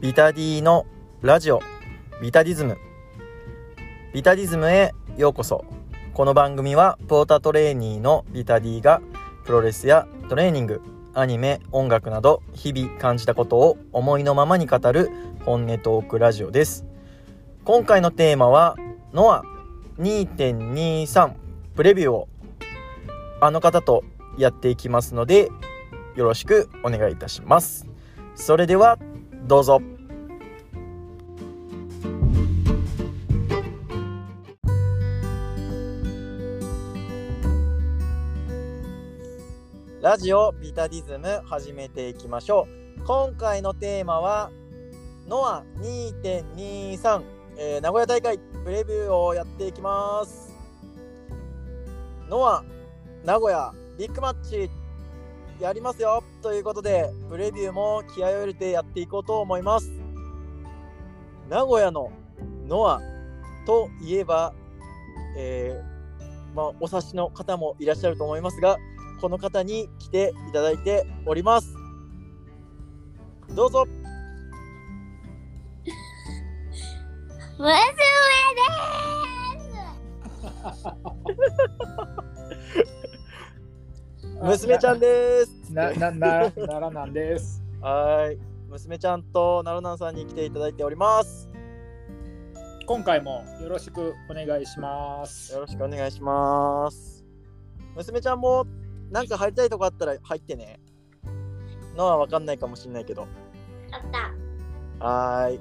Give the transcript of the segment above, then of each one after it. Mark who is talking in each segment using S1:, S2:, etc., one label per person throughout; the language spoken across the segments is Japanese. S1: ビタディのラジオビタディズムビタディズムへようこそこの番組はポータートレーニーのビタディがプロレスやトレーニングアニメ音楽など日々感じたことを思いのままに語る本音トークラジオです今回のテーマは「ノア2.23プレビュー」をあの方とやっていきますのでよろしくお願いいたしますそれではどうぞラジオビタディズム始めていきましょう今回のテーマはノア2.23、えー名古屋大会プレビューをやっていきますノア名古屋ビッグマッチやりますよということでプレビューも気合を入れてやっていこうと思います名古屋のノアといえば、えーまあ、お察しの方もいらっしゃると思いますがこの方に来ていただいておりますどうぞ
S2: 娘で
S1: 娘ちゃんです
S3: な、な、な、ならなんです。
S1: はーい娘ちゃんとナロナンさんに来ていただいております
S3: 今回もよろしくお願いします
S1: よ。ろしくお願いします。娘ちゃんもなんか入りたいとこあったら入ってね。のはわかんないかもしれないけど。
S2: すあった
S1: はーい。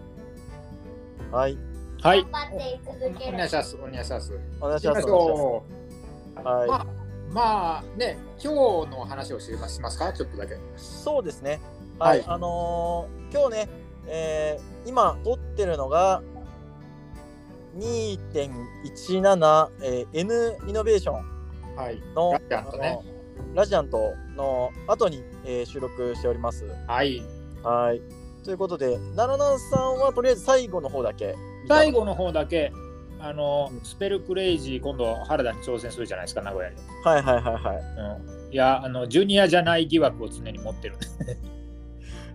S1: はい。
S3: はい。
S2: 頑張って
S3: お
S2: 続ける
S3: 願いします。お願いします。
S1: お願いし
S3: 行き
S1: ま。
S3: ますし
S1: お
S3: ょう。
S1: 願いしますはい。
S3: まあ、まあ、ね、今日の話をしますしますか、ちょっとだけ。
S1: そうですね。はい。
S3: はい
S1: あのー今日ね、えー今撮ってるのが2.17、えー N イノベーション
S3: はい。
S1: の
S3: ラジャントね
S1: あのラジアントの後に、えー収録しております。
S3: はい。
S1: はい。ということで、ナナナンさんはとりあえず最後の方だけ。
S3: 最後の方だけ、あの、スペルクレイジー、今度原田に挑戦するじゃないですか、名古屋に。
S1: はいはいはいはい。
S3: うん。いや、あの、ジュニアじゃない疑惑を常に持ってる。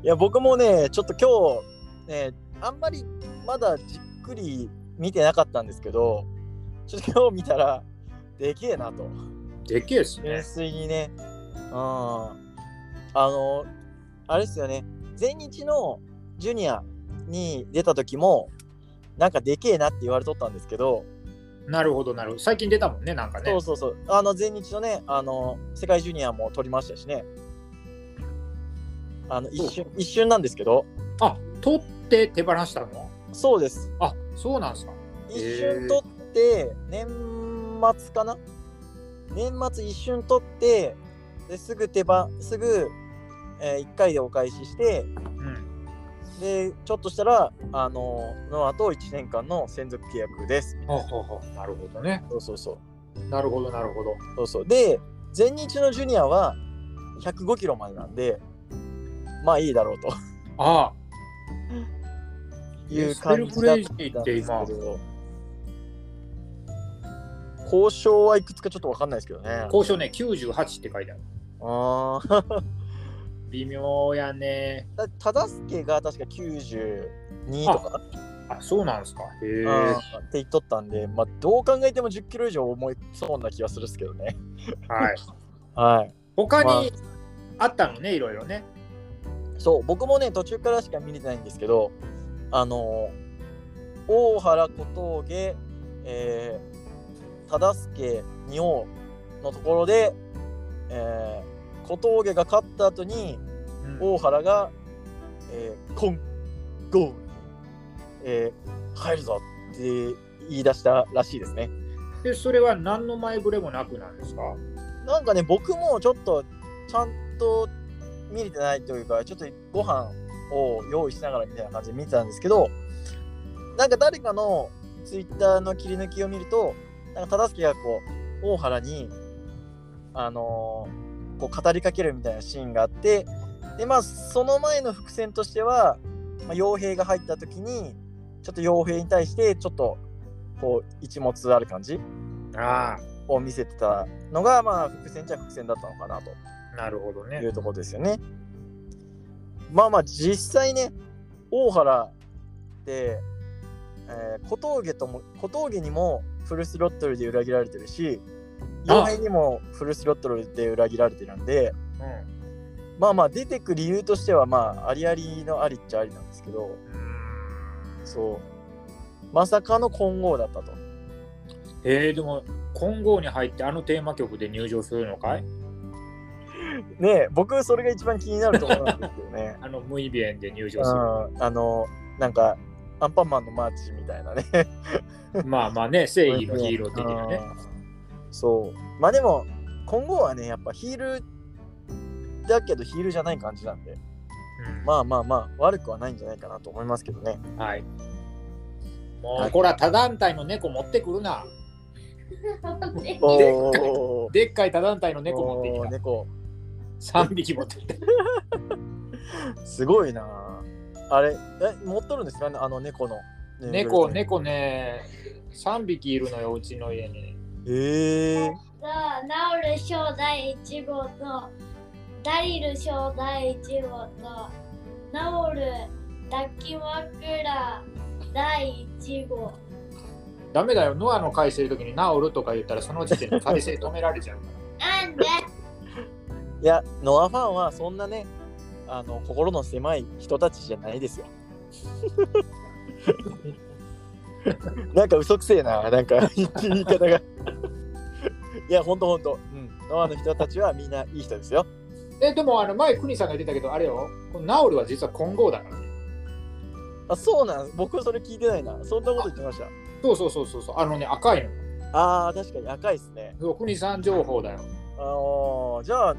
S1: いや、僕もね、ちょっと今日、ね、あんまりまだじっくり見てなかったんですけど、ちょっと今日見たら、でけえなと。
S3: でけえです
S1: 純。粋にね。うん。あの、あれですよね。前日のジュニアに出た時も、なんかでけえなって言われとったんですけど、
S3: なるほど、なるほど。最近出たもんね、なんかね
S1: そう。そうそう。あの前日のね、あの世界ジュニアも取りましたしね。あの一瞬一瞬なんですけど、
S3: あ、取って手放したの
S1: そうです。
S3: あ、そうなんですか。
S1: 一
S3: へ
S1: 瞬
S3: ー
S1: 取って、年末かな年末一瞬取って、ですぐ手ばすぐ、え1回でお返しして、
S3: うん。
S1: で、ちょっとしたら、あの、の後1年間の専属契約です。
S3: ほうほうほう。なるほどね。
S1: そうそうそう。
S3: なるほど、なるほど。
S1: そうそう。で、前日のジュニアは105キロまでなんで、まあいいだろうと。
S3: あ
S1: いう感じだったんですけど交渉はいくつかちょっとわかんないですけどね。
S3: あ、交渉ね、98って書いてある。
S1: あー
S3: 微妙やね。
S1: だ忠介が確か92とか
S3: あ、そうなんですか。へえ。
S1: あーって言っとったんで、まあ、どう考えても10キロ以上重いそうな気がするですけどね。
S3: はい。
S1: はい。
S3: 他にあったのね、いろいろね。
S1: そう、僕もね、途中からしか見れてないんですけど、あのー大原小峠、えー、忠助仁王のところで、えー小峠が勝った後に、
S3: うん
S1: 大原が、えー、コンゴー、えー入るぞって言い出したらしいですね。
S3: で、それは何の前触れもなくなんですか。
S1: なんかね、僕もちょっとちゃんと見れてないというか、ちょっとご飯を用意しながらみたいな感じで見てたんですけど、なんか誰かのツイッターの切り抜きを見ると、なんか忠介がこう、大原に、あのーこう語りかけるみたいなシーンがあって、で、まあ、その前の伏線としては、まあ、傭兵が入った時に、ちょっと傭兵に対して、ちょっと、こう、一物ある感じ
S3: あ
S1: を見せてたのが、まあ、伏線じゃ伏線だったのかなと
S3: あ、なるほど
S1: い
S3: ね。
S1: うところですよね。まあまあ、実際ね、大原って、えー小峠とも小峠にもフルスロットルで裏切られてるし
S3: ああ
S1: 傭兵にもフルスロットルで裏切られてるんでまあまあ出てく理由としてはまあありありのありっちゃありなんですけどそうまさかの混合だったと
S3: えー、でも混合に入ってあのテーマ曲で入場するのかい
S1: ねえ僕それが一番気になるところなんですけどね
S3: あのムイビエンで入
S1: う
S3: 場す
S1: んあのなんかアンパンマンのマーチみたいなね
S3: る。まあまあね、正義のヒーロー的なね。
S1: うん。そう。まあでも、今後はね、やっぱヒールだけどヒールじゃない感じなんで、
S3: うん
S1: まあまあまあ、悪くはないんじゃないかなと思いますけどね。
S3: はい。もうこれは他団体の猫持ってくるな。
S1: お
S3: でっかい
S1: ー
S3: でっかい他団体の猫持って
S1: おー
S3: き
S1: 猫。
S3: た。3匹持ってきた。
S1: すごいなあれ、え、持っとるんですかね、あの猫の。
S3: 猫、
S1: ね。
S3: 猫ね、3匹いるのよ、うちの家に。
S1: ええ
S2: さあ、ナウル小第1号と、ダリル小第1号と、ナウル抱き枕第1号。
S3: ダメだよ、ノアの会してる時に治るとか言ったら、その時点で再生止められちゃう から。
S2: なんで
S1: いや、ノアファンはそんなね、あの心の狭い人たちじゃないですよ。 なんか嘘くせえな、なんか言い方が。いや、ほんとほんと、うん。ノアの人たちはみんないい人ですよ。
S3: え、でもあの前、国さんが言ってたけど、あれよ、この治るは実は混合だからね。
S1: あ、そうなん、僕それ聞いてないな。そんなこと言ってました。
S3: そうそうそうそうそう、あのね、赤いの。
S1: あー、確かに赤いっすね。
S3: そう国さん情報だよ。
S1: あのー、じゃあ、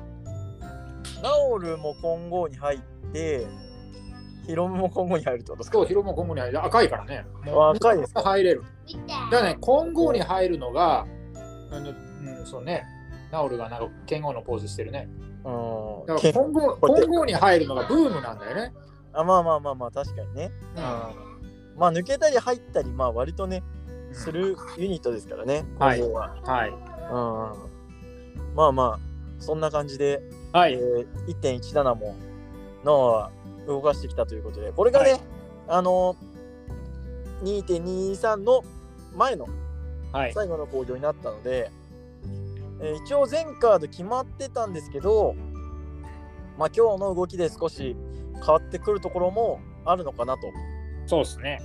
S1: ナオルも混合に入って、ヒロムも混合に入るってことですか
S3: そう、ヒロも混合に入る。赤いからね。
S1: あ赤いですか
S3: 入れる。
S2: 見て。。
S3: だからね、混合に入るのが、あのうん、そうね、ナオルがなんか剣豪のポーズしてるね。
S1: う
S3: だ
S1: ん
S3: か
S1: け
S3: ら
S1: ん。
S3: 混合
S1: こうやって
S3: 混合に入るのがブームなんだよね。
S1: あ、まあまあまあまあ、確かにね。うんまあ抜けたり入ったり、まあ割とね、
S3: うん
S1: す。るユニットですからね、
S3: はい
S1: 今後は
S3: はい。
S1: うんうんまあまあ、そんな感じで、
S3: は
S1: え
S3: い。
S1: ー1.17も脳は動かしてきたということで、これがね、
S3: は
S1: あのー、2.23の前の
S3: はい。
S1: 最後の工業になったので、えー一応全カード決まってたんですけど、まあ今日の動きで少し変わってくるところもあるのかなと。
S3: そうですね。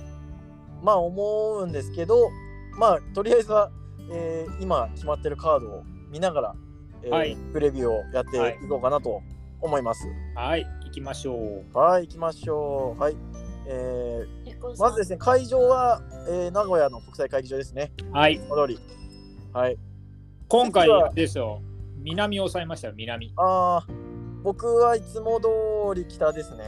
S1: まあ思うんですけど、まあとりあえずは、えー今決まってるカードを見ながら、えー
S3: はい
S1: プレビューをやっていこうかなと思います。
S3: はい。行きましょう。
S1: はい、行きましょう。はい、えーまずですすね、会場は、えー名古屋の国際会議場ですね。
S3: はい。
S1: 戻り。はい。
S3: 今回
S1: 実は
S3: ですよ。南を抑えましたよ、南。
S1: あー僕はいつも通り北ですね。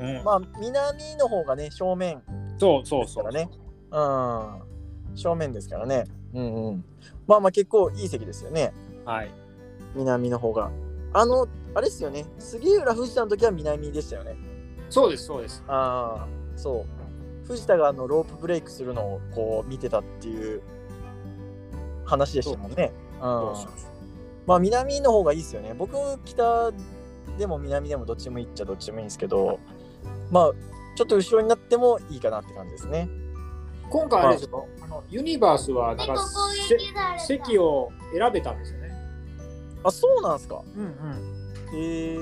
S3: うん。
S1: まあ南の方がね正面
S3: そうそう
S1: ですか
S3: そ
S1: ら。
S3: う
S1: ね。うん。正面ですからね。うんうん。まあまあ結構いい席ですよね。
S3: はい。
S1: 南の方が。あの、あれですよね、杉浦藤田の時は南でしたよね。
S3: そうです、そうです。
S1: ああ、そう。藤田があのロープブレイクするのをこう見てたっていう話でしたもんね。うん
S3: そうそうそう
S1: まあ南の方がいいですよね。僕、北でも南でもどっちでもいいっちゃどっちでもいいんですけど、まあ、ちょっと後ろになってもいいかなって感じですね。
S3: 今回あれですよ。あのユニバースはなん
S2: 猫
S3: か
S2: 攻
S3: せ
S2: 撃された。
S3: 席を選べたんですよね。
S1: あ、そうなんですか。
S3: うんうん。
S1: へえ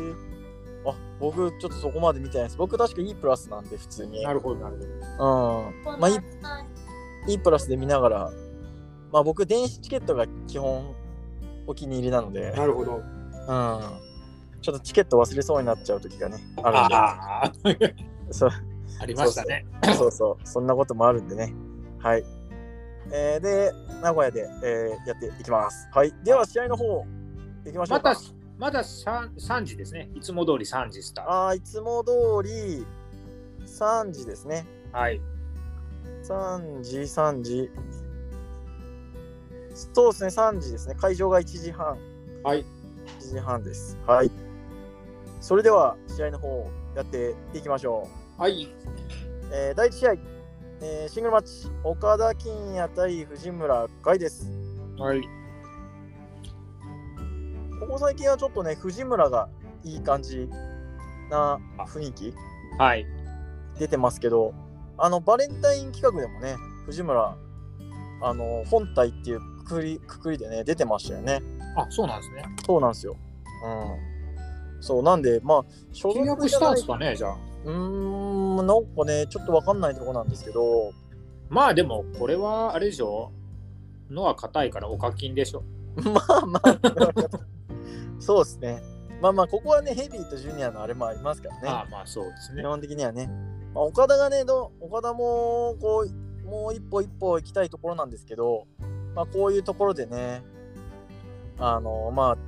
S1: あ、僕、ちょっとそこまで見てないです。僕、確か E プラスなんで、普通に。
S3: なるほど、なるほど。
S1: うん。まあ、E いいプラスで見ながら、まあ、僕、電子チケットが基本お気に入りなので、
S3: なるほど。
S1: うん、ちょっとチケット忘れそうになっちゃう時がね、あ
S3: ああ、
S1: るんで、そう
S3: ありましたね。
S1: そうそう、そんなこともあるんでね。はい。えーで、名古屋で、えーやっていきます。はい。では、試合の方、いきましょう
S3: ま
S1: か。
S3: た、まだ 3, 3時ですね。いつも通り3時スター
S1: あーいつも通り、3時ですね。
S3: ト。はい。
S1: 3時、3時。そうですね、3時ですね。会場が1時半。
S3: はい。
S1: 1時半です。はい。それでは、試合の方、やっていきましょ
S3: はい。
S1: う。えー第1試合、えーシングルマッチ、岡田金也対藤村海です。
S3: はい。
S1: ここ最近はちょっとね、藤村がいい感じな雰囲気
S3: はい。
S1: 出てますけどあのバレンタイン企画でもね藤村あの本体っていうくくりくくりでね出てましたよね
S3: あ、そうなんですね。
S1: そうなんですようんそうなんでまあ所
S3: 契約
S1: じ
S3: し
S1: ゃ
S3: た
S1: なんい
S3: ですかね、じゃあ。
S1: うーんなんかねちょっとわかんないとこなんですけど
S3: まあでも、これはあれでしょ。のは硬いからお課金でしょ。
S1: まあまあ、 そうですね。まあまあ、ここはね、ヘビーとジュニアのあれもありますからね。
S3: まあまあそうです
S1: 基
S3: ね。
S1: 本的にはね。まあ、岡田がね、どう岡田もこう、もう一歩一歩行きたいところなんですけど、まあ、こういうところでね、あの、まあ、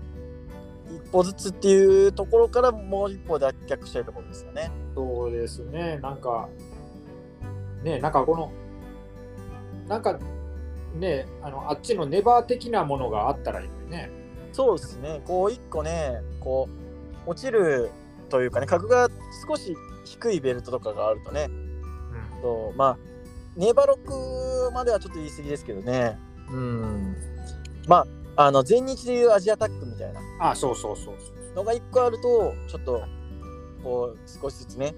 S1: 一歩ずつっていうところからもう一歩脱却したいところですよね。
S3: そうですね。なんか、ね、なんかこの、なんか、ね、あのあっちのネバー的なものがあったらいいのにね。
S1: そうですね、こう一個ね、こう、落ちるというかね、格が少し低いベルトとかがあるとね、
S3: うん
S1: とまあネバロクまではちょっと言い過ぎですけどねうんまああの前日でいうアジアタックみたいな
S3: あ、そうそうそうそう。
S1: のが1個あるとちょっとこう少しずつね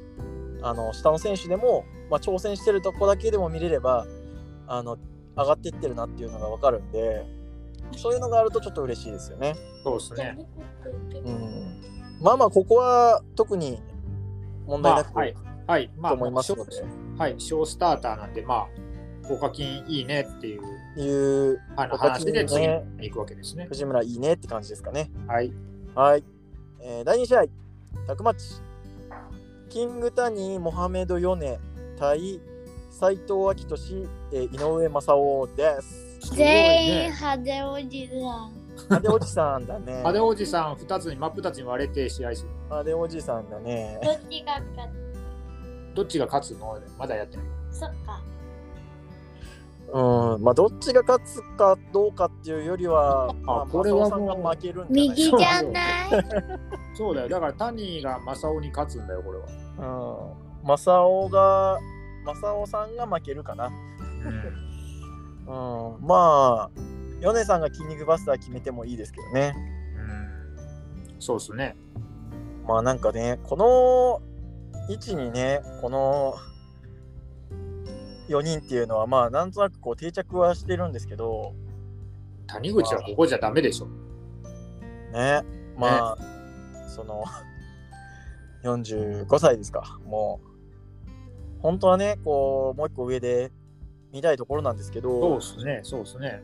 S1: あの下の選手でも、まあ、挑戦してるとこだけでも見れればあの上がっていってるなっていうのが分かるんでそういうのがあるとちょっと嬉しいですよね。
S3: そうですね。
S1: うん、まあまあここは特に問題なく、
S3: まあはいはい。ま
S1: と
S3: あ、
S1: 思いますので
S3: 小はい、小スターターなんで、まあ、お課金いいねっていう
S1: いう
S3: あの
S1: お課金
S3: 話
S1: いいね
S3: で次に行くわけですね。
S1: 藤村いいねって感じですかね。
S3: はい。
S1: はい、えー第2試合、タックマッチ。キングタニー、モハメド・ヨネ対斎藤明俊、えー井上正雄です。
S3: すごい
S2: 全員
S3: ね。
S2: 派手おじさ ん。
S1: あでおじさんだ ね。
S3: 派手おじさん2つに真っ二つに割れて試合する。
S1: あでおじさんだね。
S2: どっちが勝っ
S3: どっちが勝つのまだやってない。
S2: たそっ か。
S1: うん、まあどっちが勝つかどうかっていうよりは、まあ、
S3: これ
S1: 正
S3: は
S1: 雄さん
S3: も
S1: が
S3: う
S1: 負けるんじゃない
S2: 右じ
S1: か
S2: ゃない
S3: そうだよ。だからタニーがマサオに勝つんだよ、これは。
S1: うん、正雄が、正雄さんが負けるかな。
S3: うん、
S1: うん、まあ、ヨネさんが筋肉バスター決めてもいいですけどね。
S3: そうですね。
S1: まあなんかね、この位置にね、この4人っていうのは、まあなんとなくこう定着はしてるんですけど、
S3: 谷口はここじゃダメでしょ。
S1: ね、まあ、その、45歳ですか、もう、本当はね、こう、もう一個上で見たいところなんですけ
S3: そう
S1: ど
S3: で、すね、そうですね。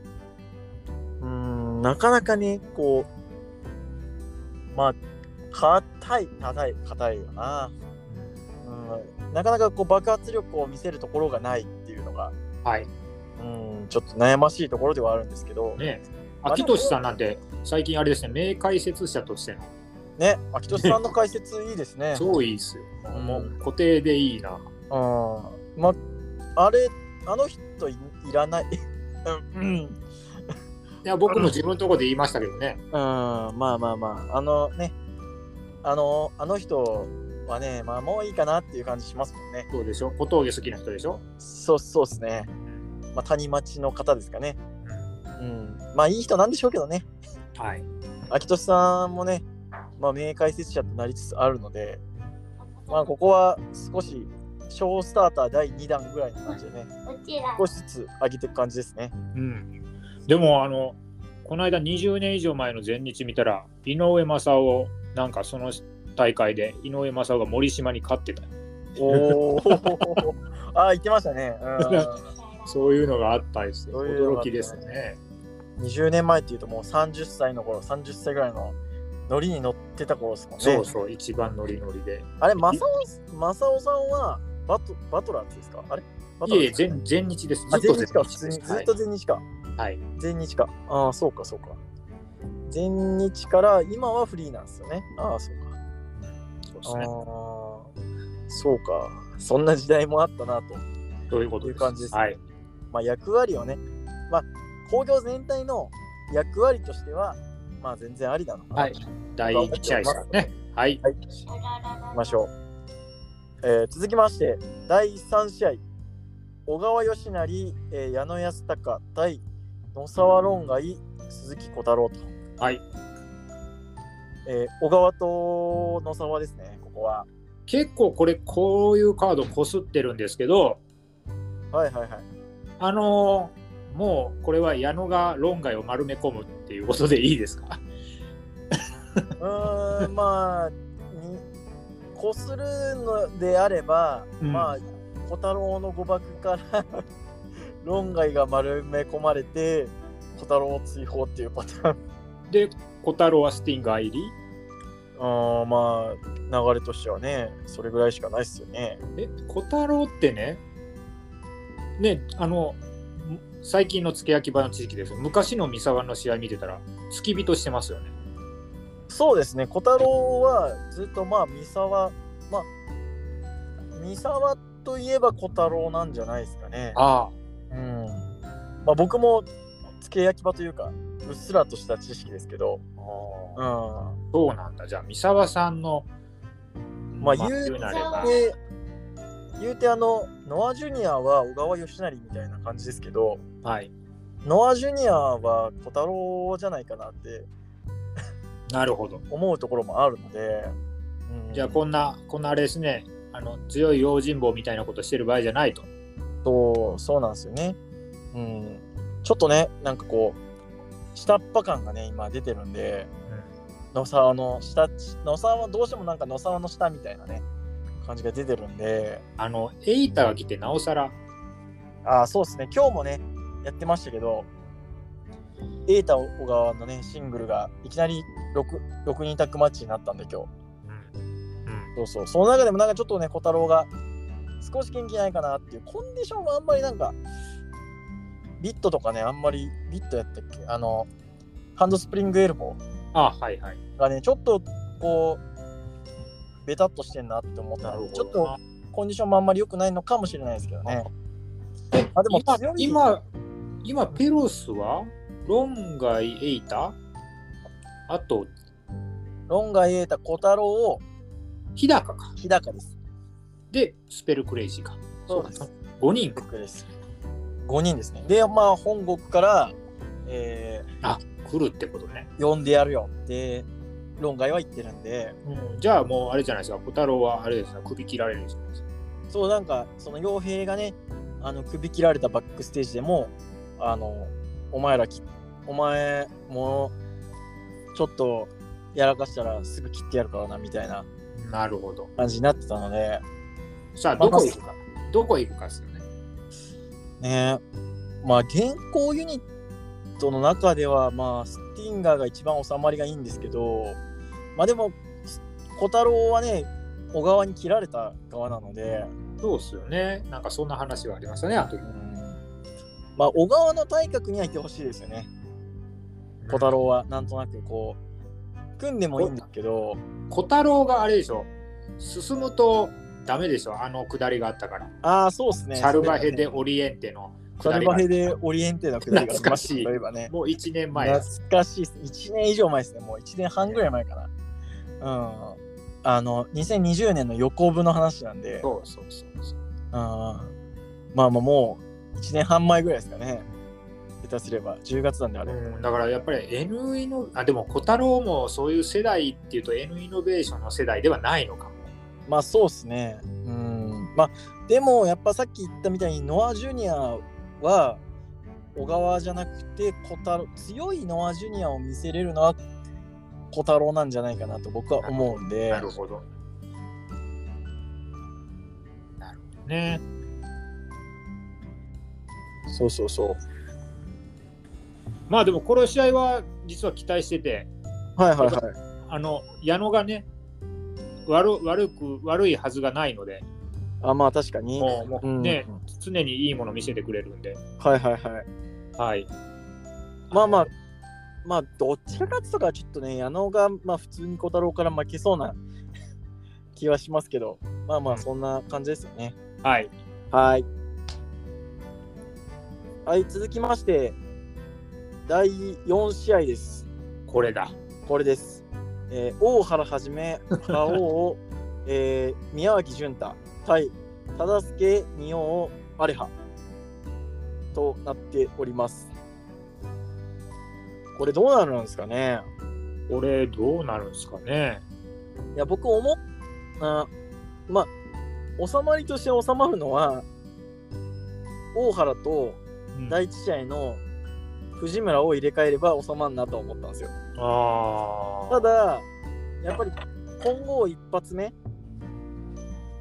S1: うーん、なかなかね、こう、まあ、硬い、硬い、硬いよな。うん、なかなかこう爆発力を見せるところがないっていうのが、
S3: はい。
S1: うん、ちょっと悩ましいところではあるんですけど、
S3: ね秋俊さんなんて最近あれですね、名解説者としての
S1: ね、秋俊さんの解説いいです ね。
S3: 超いいっすよ。
S1: うん
S3: もう固定でいいな。
S1: うん、まあれ、あの人いいらない。うん、
S3: いや僕も自分のところで言いましたけどね
S1: う、ん、まあまあまあ、あのね、あの、あの人はね、まあもういいかなっていう感じしますもんね。
S3: そうでしょ、小峠好きな人でしょ。
S1: そうそうですね。まあ谷町の方ですかね。うん、まあいい人なんでしょうけどね。
S3: はい。
S1: 秋俊さんもね、まあ、名解説者となりつつあるので、まあ、ここは少し小スターター第2弾ぐらいの感じでね、
S2: うちら
S1: 少しずつ上げていく感じですね。
S3: うん。でも、あの、この間20年以上前の前日見たら、井上正雄、なんかその大会で、井上正雄が森島に勝ってた。
S1: おお、 ああ、言ってましたね。
S3: そういうのがあったりして、
S1: そういうのがあ
S3: 驚
S1: った
S3: きですね。
S1: うん、20年前っていうと、もう30歳の頃、30歳ぐらいのノリに乗ってた頃ですもんね。
S3: そうそう、一番ノリノリで。
S1: あれ、正雄正雄さんはバトバトラーズですかあれバ
S3: い
S1: トラ
S3: えい
S1: ー
S3: え、
S1: ズです
S3: 前
S1: か
S3: 前日です。
S1: あ
S3: ずっと
S1: 前日か、普通
S3: で
S1: に
S3: す
S1: ずっと前日か。
S3: はい。はい
S1: 前日か。ああ、そうか、そうか。前日から今はフリーなんですよね。ああ、そうか。
S3: そうです
S1: あ
S3: ね。
S1: あ、そうか。そんな時代もあったなと。
S3: そういうことです。
S1: いう感じです
S3: はい。
S1: まあ、役割をね、まあ、工業全体の役割としては、まあ、全然ありなのかな
S3: はい
S1: と
S3: 第1試合ですからね。はい。
S2: シャラララ
S1: 思いましょう。えー続きまして、第3試合、小川義成、えー矢野康隆対野沢論外、鈴木小太郎と。
S3: はい。
S1: えー小川と野沢ですね、ここは。
S3: 結構これこういうカードこすってるんですけど
S1: はいはいはい。
S3: あのーもうこれは矢野が論外を丸め込むっていうことでいいですか
S1: うーん、まあ、に、こするのであれば、
S3: うん
S1: まあ、小太郎の誤爆から 論外が丸め込まれて、小太郎を追放っていうパターン。
S3: で小太郎はスティンガー入り
S1: あーまあ、流れとしてはね、それぐらいしかないっすよね。
S3: え小太郎ってねねあのむ最近の付け焼き場の知識ですよ昔の三沢の試合見てたら付き人してますよね
S1: そうですね、小太郎はずっとまあ、三沢、まあ、三沢といえば小太郎なんじゃないですかね。
S3: あ
S1: うん。まあ、僕も、つけ焼き場というか、うっすらとした知識ですけど、う
S3: あ
S1: ん。
S3: ー
S1: ま
S3: そうなんだじゃあ三沢さんの
S1: あ、言う
S3: うなれば
S1: て、言うてあの、ノア・ジュニアは小川義成みたいな感じですけど、
S3: はい
S1: ノア・ジュニアは小太郎じゃないかなって
S3: なるほど
S1: 思うところもあるので、うん、
S3: じゃあこんなこんなあれですねあの強い用心棒みたいなことしてる場合じゃないと
S1: そうそうなんですよね。うん、ちょっとね、なんかこう、下っ端感がね、今出てるんで、野沢の下、野沢はどうしてもなんか野沢の下みたいなね、感じが出てるんで、
S3: あのエイタが来てなおさら
S1: ああ、そうですね、今日もね、やってましたけど、瑛太小川のね、シングルがいきなり 6, 6人タッグマッチになったんで、今日。そうそう、その中でもなんかちょっとね、小太郎が少し元気ないかなっていう、コンディションはあんまりなんか、ビットとかね、あんまりビットやったっけ、あの、ハンドスプリングエルボ
S3: あはいはい
S1: ーがね、ちょっとこう、ベタっとしてんなって思ったので、ちょっとコンディションもあんまり良くないのかもしれないですけどね。あでも
S3: 今
S1: 強い
S3: 今今ペロスは論外エイタあと
S1: 論外瑛太小太郎を
S3: 日高か
S1: 日高です。
S3: でスペルクレイジーか
S1: そうです。
S3: 5人か
S1: 僕です。5人ですね。で、まあ、本国から、え
S3: あ来るってことね、
S1: ー呼んでやるよって、論外は言ってるんで、
S3: じゃあもうあれじゃないですか小太郎はあれですか首切られるんじゃないですか
S1: そうなんかその傭兵がねあの首切られたバックステージでもあのお前らきお前もちょっとやらかしたらすぐ切ってやるからなみたいな
S3: なるほど
S1: 感じになってたので
S3: さあどこ行くかどこ行くかっすよね
S1: ねまあ現行ユニットの中ではまあスティンガーが一番収まりがいいんですけどまあでも小太郎はね小川に切られた側なので、
S3: そうっすよねなんかそんな話はありましたねあと
S1: まあ小川の体格にはいてほしいですよね小太郎はなんとなくこう組んでもいいんだけど
S3: 小太郎があれでしょ進むとダメでしょあの下りがあったから、
S1: ああそうですね
S3: サルバヘデ・
S1: そう
S3: オリエンテの
S1: ですねサル
S3: 下り
S1: バ
S3: が
S1: ヘでオリエンテのくだりがありました
S3: 懐かしい
S1: そういえばね
S3: もう1年前
S1: 懐
S3: です
S1: かしいです1年以上前ですねもう1年半ぐらい前かなうんあの2020年の横部の話なんでうん
S3: そうそうそうそう
S1: まあまあもう1年半前ぐらいですかね下手すれば10月なんであれ、
S3: うんだからやっぱり N イノあでも小太郎もそういう世代っていうと N イノベーションの世代ではないのかも
S1: まあそうっすね。うん。まあでもやっぱさっき言ったみたいにノア・ジュニアは小川じゃなくて小太郎強いノア・ジュニアを見せれるのは小太郎なんじゃないかなと僕は思うんで
S3: なるほどなるほどね
S1: そうそうそ
S3: まあでもこの試合は実は期待してて
S1: うはいはいはい
S3: あの矢野がね悪悪く悪いはずがないので
S1: あまあ確かに
S3: もうもう
S1: うん
S3: ね、常にいいもの見せてくれるんで、
S1: はいはいはい
S3: はい、
S1: まあまあまあどっちが勝つとかはちょっとね矢野がまあ普通に小太郎から負けそうな気はしますけどまあまあそんな感じですよね、
S3: はい、
S1: はい。はい、続きまして、第4試合です。
S3: これだ。
S1: これです。えー大原はじめ、覇王 を、えー宮脇潤太、対忠助仁王アレハとなっております。これどうなるんですかね
S3: これどうなるんですかね。
S1: いや、僕思っ、あまあ収まりとして収まるのは大原と
S3: うん
S1: 第一試合の藤村を入れ替えれば収まるなと思ったんですよ。
S3: あ
S1: ただやっぱり今後一発目っ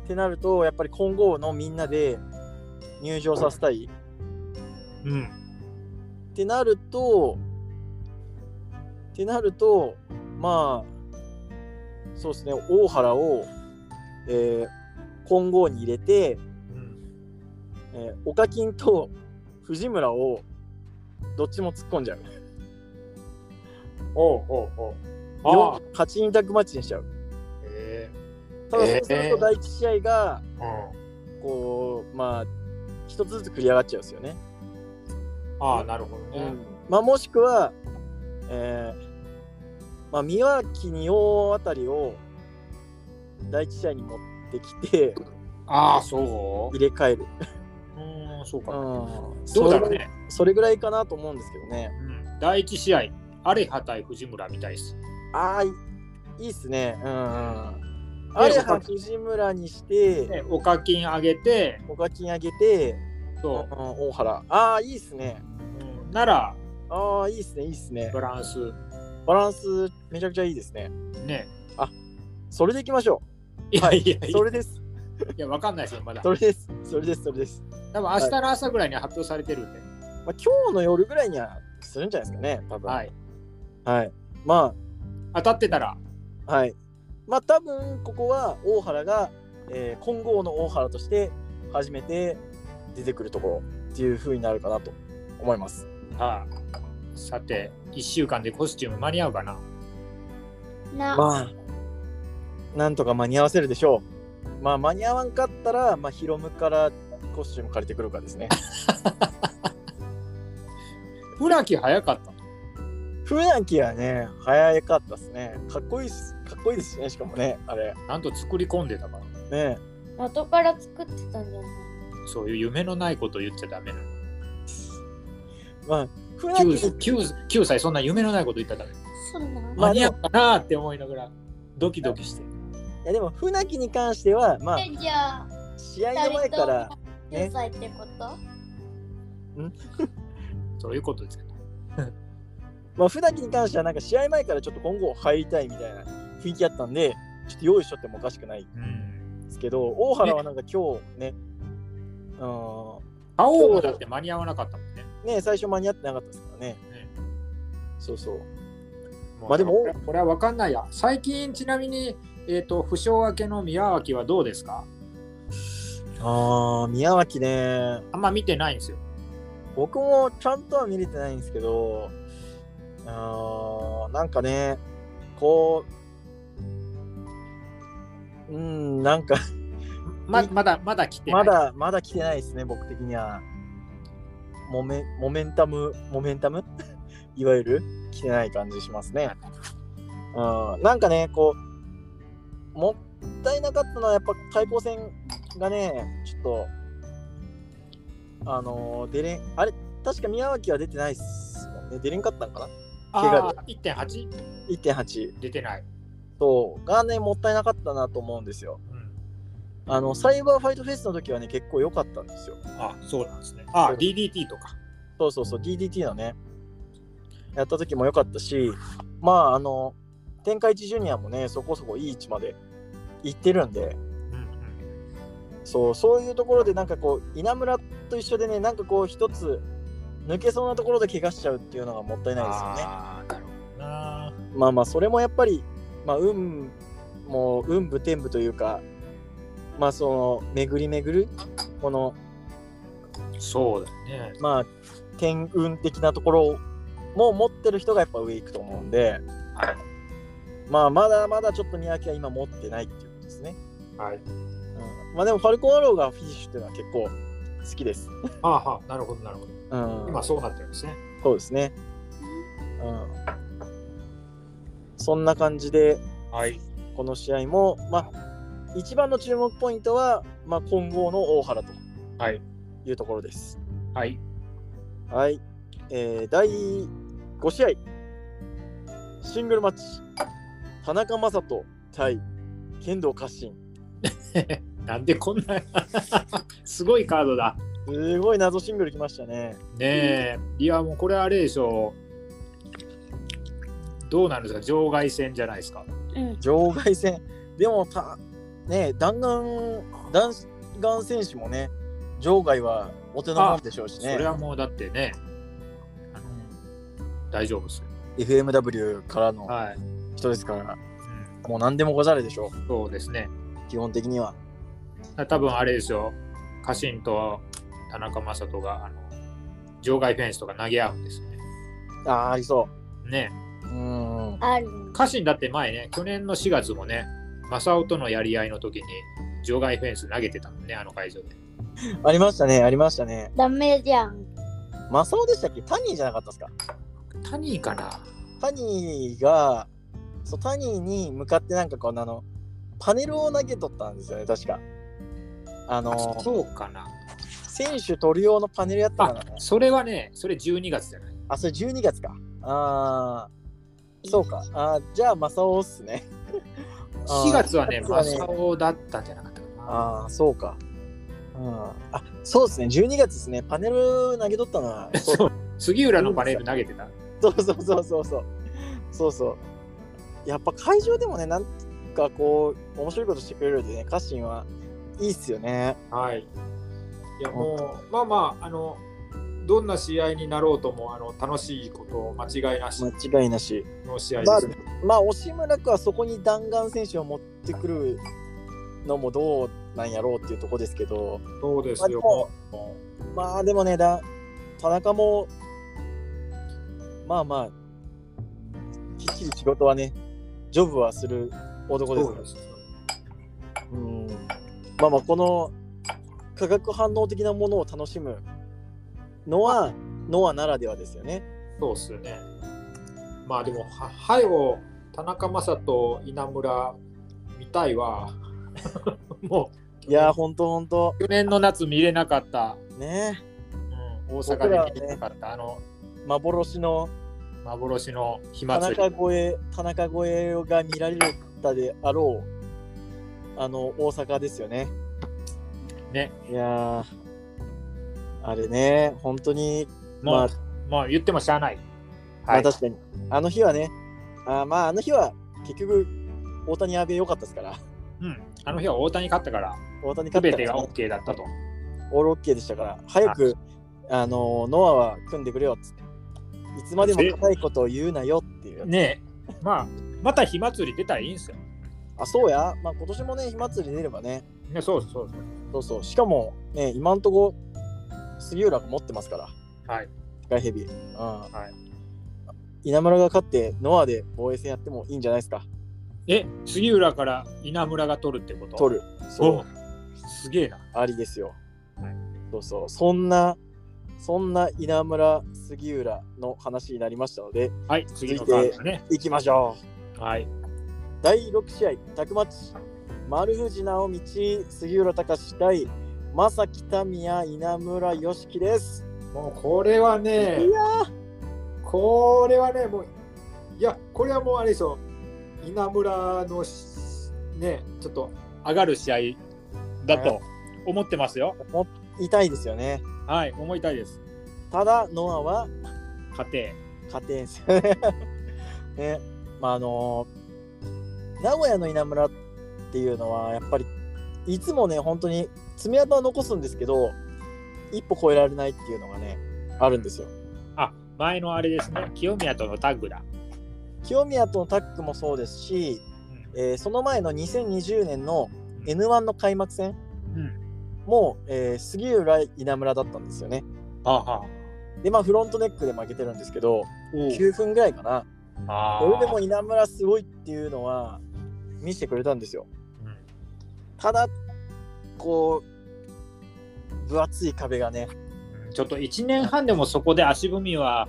S1: てなるとやっぱり今後のみんなで入場させたい
S3: うん
S1: ってなるとってなるとまあそうですね大原を、えー金剛に入れて、
S3: うん
S1: えー、岡金と藤村をどっちも突っ込んじゃう
S3: おうおうおうあ
S1: よ
S3: あ
S1: 勝ち2択マッチにしちゃう
S3: え
S1: ただそうする
S3: え
S1: と
S3: ー
S1: 第一試合が
S3: えうん
S1: こうまあ一つずつ繰り上がっちゃうんですよね、
S3: ああなるほどね、
S1: まあ、もしくは、えーまあ、三脇二王あたりを第一試合に持ってきて
S3: ああそう
S1: 入れ替える、
S3: うーんそう
S1: う
S3: か、
S1: ん、
S3: どうだろ
S1: そ
S3: う
S1: れ
S3: ね、
S1: それぐらいかなと思うんですけどね
S3: うん、第一試合アレハ対藤村みたいです
S1: ああいいいっすねうんうんアレハ藤村にして
S3: でお課金上げて
S1: おかき上げて、うん
S3: そ
S1: 大原ああいいっすね
S3: う、うん、なら
S1: ああいいっすねいいっすね
S3: バランス
S1: バランスめちゃくちゃいいですね
S3: ね
S1: それでいきましょ
S3: いやいや
S1: う
S3: いや
S1: それです
S3: いやわかんないですよまだ
S1: それですそれですそれです
S3: 多分明日の朝ぐらいに発表されてるんで
S1: まあ、今日の夜ぐらいにはするんじゃないですかね、多分。
S3: はい
S1: はい。ま
S3: 当たってたら
S1: あ、はい。まあ、多分ここは大原が、えー、今後の大原として初めて出てくるところっていう風になるかなと思います。
S3: ああさて1週間でコスチューム間に合うかな
S2: な、
S1: まあ、なんとか間に合わせるでしょう。まあ、間に合わんかったら、まあ、ヒロムからコスチューム借りてくるか ですね。
S3: 村木早かった
S1: 船木はね、早かったですね。かっこいいっす。かっこいいですしね、しかもね、あれ。
S3: なんと作り込んでたから
S1: ね
S2: 元から作ってたんじゃない
S3: そういう夢のないこと言っちゃダメなの
S1: まあ、船木
S3: 9, 9, 9歳そんな夢のないこと言ったらダメ
S2: そんなん
S1: まあ
S3: 間に合ったなーって思いながらドキドキして
S1: いやでも船木に関してはまあ
S2: えじゃあ
S1: 試合の
S2: 2
S1: 前か
S2: 人と
S1: ら
S2: も
S1: ね
S2: 9歳ってこと
S3: そういうことですよ
S1: まあ船木に関してはなんか試合前からちょっと今後入りたいみたいな雰囲気あったんでちょっと用意しとってもおかしくない
S3: うん
S1: ですけど大原はなんか今日ねうん
S3: 青もだって間に合わなかったもんね
S1: ね最初間に合ってなかったですからね
S3: ね
S1: そうそう
S3: う
S1: まあでも
S3: これは分かんないや最近ちなみにえっ、と負傷明けの宮脇はどうですか
S1: あー宮脇ね
S3: あんま見てないんですよ
S1: 僕もちゃんとは見れてないんですけどあーなんかねこううんなんか
S3: ままだまだ来てない
S1: まだまだ来てないですね、僕的には。モメモメンタム、モメンタム いわゆる来てない感じしますね。うん、なんかね、こう、もったいなかったのは、やっぱ対抗戦がね、ちょっと、あのー出れん、あれ、確か宮脇は出てないっすもんね。出れんかったんかな怪我
S3: あー1.8
S1: ?1.8
S3: 出てない、
S1: と、がね、もったいなかったなと思うんですよ。
S3: うん、
S1: あの、サイバーファイトフェスの時はね、結構良かったんですよ。
S3: あそうなんですねあ
S1: そう
S3: DDT とか
S1: そうそうそう、DDT のね、やった時も良かったし、まあ、あの、天下一ジュニアもね、そこそこいい位置まで行ってるんで、
S3: うん
S1: そう、そういうところで、なんかこう、稲村と一緒でね、なんかこう、一つ、抜けそうなところで怪我しちゃうっていうのがもったいないですよね。
S3: ああなるほどな
S1: まあまあ、それもやっぱり、まあ、運も、運部天部というか、まあ、その、巡り巡る、この、
S3: そうだよね
S1: まあ、天運的なところも持ってる人がやっぱ上行くと思うんで、
S3: はい
S1: まあ、まだまだちょっと宮脇は今持ってないっていうことですね。
S3: はい
S1: うん、まあでも、ファルコンアローがフィニッシュっていうのは結構好きです。
S3: ああはあなるほどなるほど
S1: うん、
S3: 今そうなってるんですね
S1: そうですね。うん、そんな感じで、
S3: はい
S1: この試合も、まあ、一番の注目ポイントは、まあ、今後の大原と
S3: はい
S1: いうところです。
S3: はい
S1: はい、えー第5試合、シングルマッチ、田中将人対剣道家臣、
S3: なんでこんな すごいカードだ。
S1: すごい謎シングル来ましたね。
S3: ねえ、いやもうこれあれでしょう。どうなんですか場外戦じゃないですか。
S2: うん。
S1: 場外戦。でもた、ね、弾丸、弾丸選手もね、場外はお手のもんでしょうし
S3: そ
S1: ね
S3: れ。はもうだってね、あの大丈夫ですよ。
S1: FMW からの
S3: はい、
S1: 人ですから、
S3: う
S1: もう何でもござれでしょ
S3: んそうですね。
S1: う、基本的には。
S3: 多分あれですよ。家臣と田中将人があの場外フェンスとか投げ合うんですよね。
S1: ああ、ありそ
S3: ね
S1: う。うん。
S2: ある。
S3: え家臣だって前ね、去年の4月もね、正雄とのやり合いの時に場外フェンス投げてたもんね、あの会場で。
S1: ありましたね、ありましたね。
S2: ダメじゃん。
S1: マサオでしたっけタニーじゃなかったですか
S3: タニーかな
S1: タニーが、そう、タニーに向かってなんかこんなの、パネルを投げとったんですよね、確か。あの、
S3: あそうかな
S1: 選手取る用のパネルやったかな。
S3: あそれはね、それ12月じゃない。
S1: あ、それ12月か。あー、そうか。あーじゃあ、マサオっすね。 あー
S3: 4月はね、
S1: 4
S3: マサオだったんじゃなかったかな。
S1: ああ、そうか。うん、あそうですね、12月ですね、パネル投げとったの は、そう
S3: そう杉浦のパネル投げてた。
S1: そうそうそうそうそう、そうそう。やっぱ会場でもね、なんかこう、面白いことしてくれるんでね、家臣はいいっすよね。
S3: はい。いやもう、まあまあ、あの、どんな試合になろうとも、あの、楽しいこと間違いなし
S1: 間違いなし。
S3: の試合で、
S1: ます
S3: ね。
S1: あ、まあ、押村区はそこに弾丸選手を持ってくるのもどうなんやろうっていうとこですけど、
S3: そうですよ。
S1: まあ
S3: も
S1: まあでもね、だ田中も、まあまあ、きっちり仕事はね、ジョブはする男
S3: う
S1: です
S3: そ
S1: か
S3: う
S1: ら
S3: です。
S1: うんまあまあこの化学反応的なものを楽しむのはノアならではですよね。
S3: そうっすよね。まあでも、は、はよ、田中将人、稲村、見たいわ。 もう、
S1: いやーほんとほんと
S3: 去年の夏見れなかった。
S1: ね
S3: うん、大阪で見れなかった、あの
S1: 幻の
S3: 幻の火
S1: 田
S3: 祭り
S1: 中越え田中越えが見られたであろうあの大阪ですよね。
S3: ね、
S1: いやーあれね本当に
S3: も
S1: まあ
S3: う、まあ、言ってもしゃあない、
S1: ま
S3: は
S1: あ
S3: い
S1: 確かに、あの日はねあーまああの日は結局大谷阿部良かったですから
S3: うん、あの日は大谷勝ったから
S1: 大谷勝っ
S3: 全
S1: たか
S3: て
S1: ら
S3: が
S1: ね、
S3: OK だったと
S1: オールオッケーでしたから、早く、あの、ノアは組んでくれよっつって。いつまでも硬いことを言うなよっていう。
S3: ねえまあまた火祭り出たらいいんですよ、
S1: あ、そうや。まあ今年もね、火祭り出ればね、
S3: ね、そうそうそう
S1: そうそう。しかも、ね、今んとこ、杉浦が持ってますから、
S3: はい
S1: 世界ヘビー。うん。
S3: い
S1: 稲村が勝って、ノアで防衛戦やってもいいんじゃないですか。
S3: え杉浦から稲村が取るってこと
S1: 取
S3: る
S1: る。そう。
S3: すげえな
S1: ありですよ。
S3: はい
S1: そうそう。そんな、そんな稲村、杉浦の話になりましたので、
S3: はい次のカードだね
S1: 行きましょう。
S3: はい
S1: 第6試合、タクマッチ、丸藤直道、杉浦隆対正木民也、稲村良樹です。
S3: もうこれはね
S1: いや
S3: これはねもういやこれはもうあれでしょ稲村のしねちょっと上がる試合だと思ってますよ
S1: ー、痛いですよね。
S3: はい思いたいです
S1: ただ、ノアは
S3: 勝て
S1: 勝てんすよね。 ね、まああのー名古屋の稲村っていうのは、やっぱり、いつもね、本当に爪痕は残すんですけど、一歩超えられないっていうのがね、あるんですよ。
S3: あ前のあれですね清宮とのタッグだ、
S1: 清宮とのタッグもそうですし、
S3: う
S1: えーその前の2020年の
S3: ん
S1: N1 の開幕戦
S3: うん
S1: も、えー杉浦稲村だったんですよね。
S3: はあはあ
S1: で、まあ、フロントネックで負けてるんですけど、
S3: おう
S1: 9分ぐらいかな。
S3: あ
S1: それでも稲村すごいっていうのは見せてくれたんですよ。ただ、こう、分厚い壁がね、
S3: うんちょっと1年半でもそこで足踏みは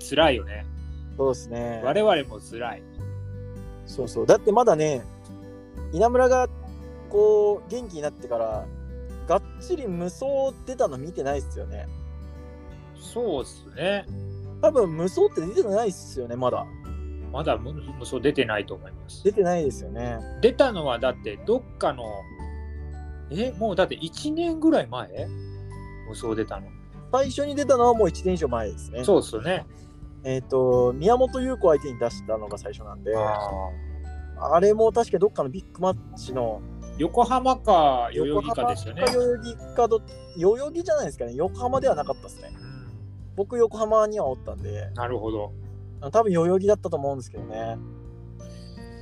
S3: 辛いよね
S1: そうですね。
S3: 我々も辛い
S1: そうそう。だってまだね、稲村がこう、元気になってから、がっちり無双出たの見てないっすよね。
S3: そうっすね
S1: 多分無双って出てないっすよね、まだ。
S3: まだ無無双出てないと思います
S1: 出。てないですよね。
S3: 出たのはだってどっかのえもうだって1年ぐらい前無双出たの。
S1: 最初に出たのはもう1年以上前ですね。
S3: そうですよね。
S1: えっ、と、宮本優子相手に出したのが最初なんで、あれも確かどっかのビッグマッチの
S3: 横浜か代
S1: 横
S3: 々木
S1: 浜
S3: かですよね。
S1: 代々木かど、代々木じゃないですかね、横浜ではなかったですね。
S3: うん
S1: 僕、横浜にはおったんで、
S3: なるほど。
S1: 多分代々木だったと思うんですけどね。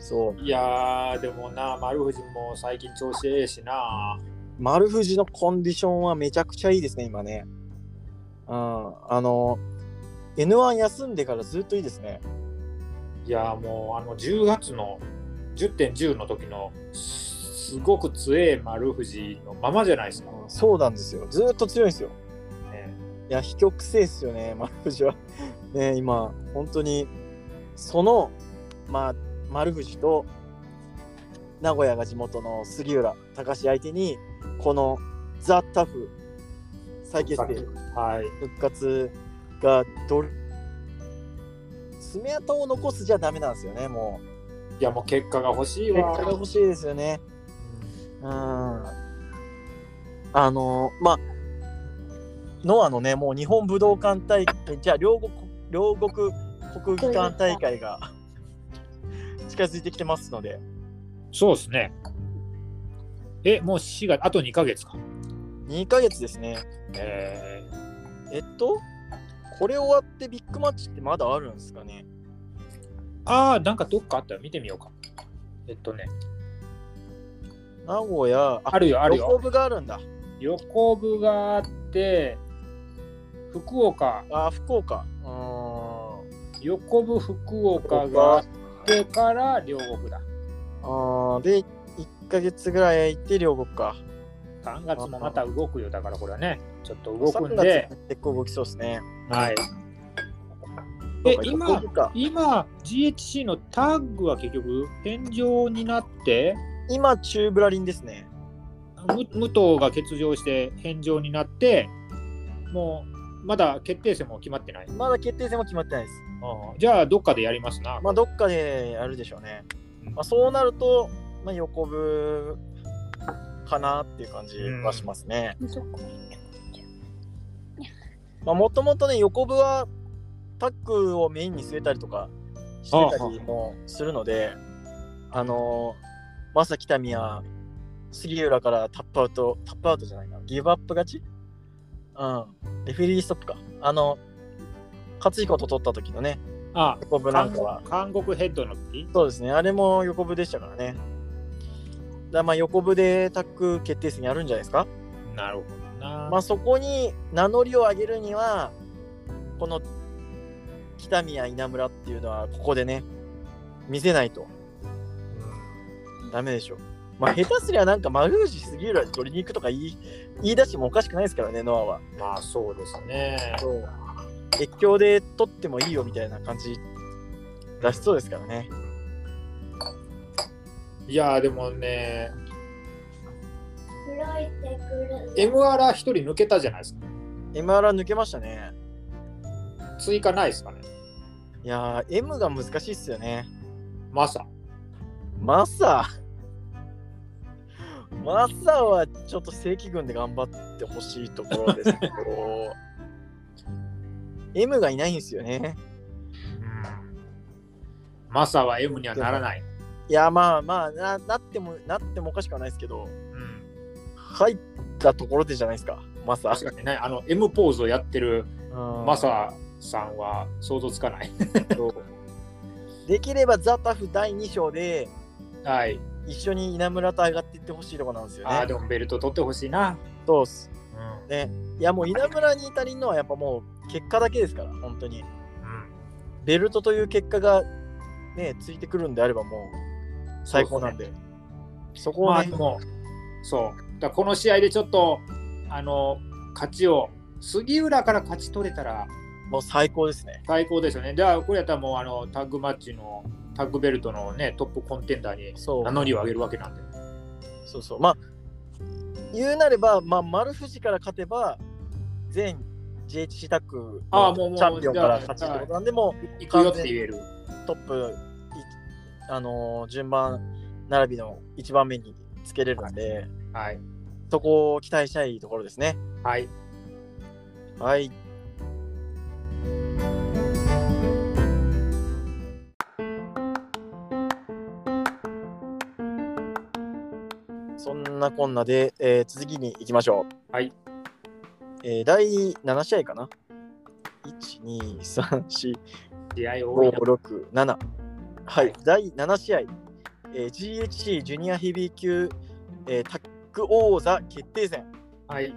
S1: そう、
S3: いやーでもな丸藤も最近調子ええしな。
S1: 丸藤のコンディションはめちゃくちゃいいですね、今ね。うん、あの、N1 休んでからずっといいですね。
S3: いやーもうあの10月の10.10の時のすすごく強え丸藤のままじゃないですか。
S1: そうなんですよ。ずっと強いんですよ。
S3: ね
S1: いや、非極性ですよね、 丸藤は。ね、今、本当に、その、まあ、丸藤と、名古屋が地元の杉浦隆相手に、この、ザ・タフ、再結成、
S3: はい。
S1: 復活が、どれ、爪痕を残すじゃダメなんですよね、もう。
S3: いやもう結果が欲しい
S1: 結
S3: わ。
S1: 果が欲しいですよね。うん。あの、まあ、ノアのね、もう日本武道館大会、じゃあ両国、両国国技館大会が近づいてきてますので、
S3: そうですね。え、もう4月、あと2ヶ月か。
S1: 2ヶ月ですね。
S3: えー
S1: えっと、これ終わってビッグマッチってまだあるんですかね
S3: ああ、なんかどっかあったら見てみようか。えっとね、
S1: 名古屋、
S3: あるよ、ある
S1: 横
S3: よ。
S1: 部があるんだ。
S3: 横部があって、福岡、
S1: あ、福岡。うーん。
S3: 横部福岡があってから両国だ。
S1: あーで、1ヶ月ぐらい行って両国か。
S3: 3月もまた動くよ、だからこれはね、ちょっと動く
S1: 3
S3: ん
S1: 月
S3: で、
S1: 結構動きそうですね。
S3: はい。
S1: そ
S3: え
S1: う、か
S3: 今
S1: 横、部か
S3: 今、GHC のタッグは結局、返上になって、
S1: 今、チューブラリンですね。
S3: む武藤が欠場して返上になってもうまだ決定戦も決まってない、うん
S1: まだ決定戦も決まってないです。
S3: じゃあどっかでやりますな、
S1: まあ、どっかでやるでしょうね。
S3: うん
S1: まあ、そうなると、まあ、横部かなっていう感じはしますね。まあ、もともとね、横部はタックをメインに据えたりとかしてたりもするので、あのー、正木民也、杉浦からタップアウト、タップアウトじゃないな、ギブアップ勝ちうん。レフェリーストップか。あの、勝彦と取った時のね、
S3: あ
S1: 横部なん
S3: 韓
S1: か
S3: 国
S1: は。
S3: 韓国ヘッドの時
S1: そうですね、あれも横部でしたからね。だからまあ横部でタッグ決定戦やるんじゃないですか。
S3: なるほどな、
S1: まあ、そこに名乗りを上げるには、この北宮稲村っていうのはここでね、見せないとダメでしょ。まあ、下手すりゃなんか丸藤杉浦に取りに行くとか言い言い出してもおかしくないですからね、ノアは。
S3: まあそうですね
S1: 越境で取ってもいいよみたいな感じ出しそうですからね。
S3: いやーでもね
S2: 黒いてくる。
S3: MR 一人抜けたじゃないですか
S1: MR 抜けましたね。
S3: 追加ないですかね
S1: いやー、M が難しいっすよね。
S3: マサ
S1: マサマサはちょっと正規軍で頑張ってほしいところですけど M がいないんですよね
S3: マサは M にはならない、
S1: いやまあまあななってもなってもおかしくはないですけど
S3: うん、
S1: 入ったところでじゃないですかマサ
S3: 確かにねあの M ポーズをやってるマ
S1: マ
S3: サさんは想像つかない
S1: できればザ・タフ第2章で
S3: はい
S1: 一緒に稲村と上がっていってほしいところなんですよ
S3: ああ、
S1: ね
S3: でもベルト取ってほしいな。
S1: そうっす
S3: う
S1: ねいやもう稲村に至りんのはやっぱもう結果だけですから本当に
S3: ん。
S1: ベルトという結果がね、ついてくるんであればもう最高なんで、そこ
S3: ま
S1: を
S3: あ
S1: ね
S3: で、も、そう。だからこの試合でちょっと、あの、勝ちを、杉浦から勝ち取れたら
S1: もう最高ですね。
S3: 最高ですよね。じゃあ、これやったらもう、あの、タッグマッチの、タッグベルトのね、トップコンテンダーに
S1: そう
S3: 名乗りを上げるわけなんで。
S1: そうそう。まあ、言うなれば、まあ、丸藤から勝てば、全 JHC タッグ
S3: ああ
S1: の
S3: もうもう
S1: チャンピオンから
S3: じゃあ
S1: 勝ちってことなんで、も
S3: いくよって言える。
S1: うトップあのー順番並びの1番目につけれるんで、
S3: はい。
S1: そこを期待したいところですね。
S3: はい。
S1: はい。そんなこんなで、えー次に行きましょう。
S3: はい。
S1: えー第7試合かな ?1、2、3、4、
S3: 試合多いな。
S1: 567はい、
S3: はい
S1: 第7試合、えー GHC ジュニアヘビー級、えータッグ王座決定戦、
S3: はい。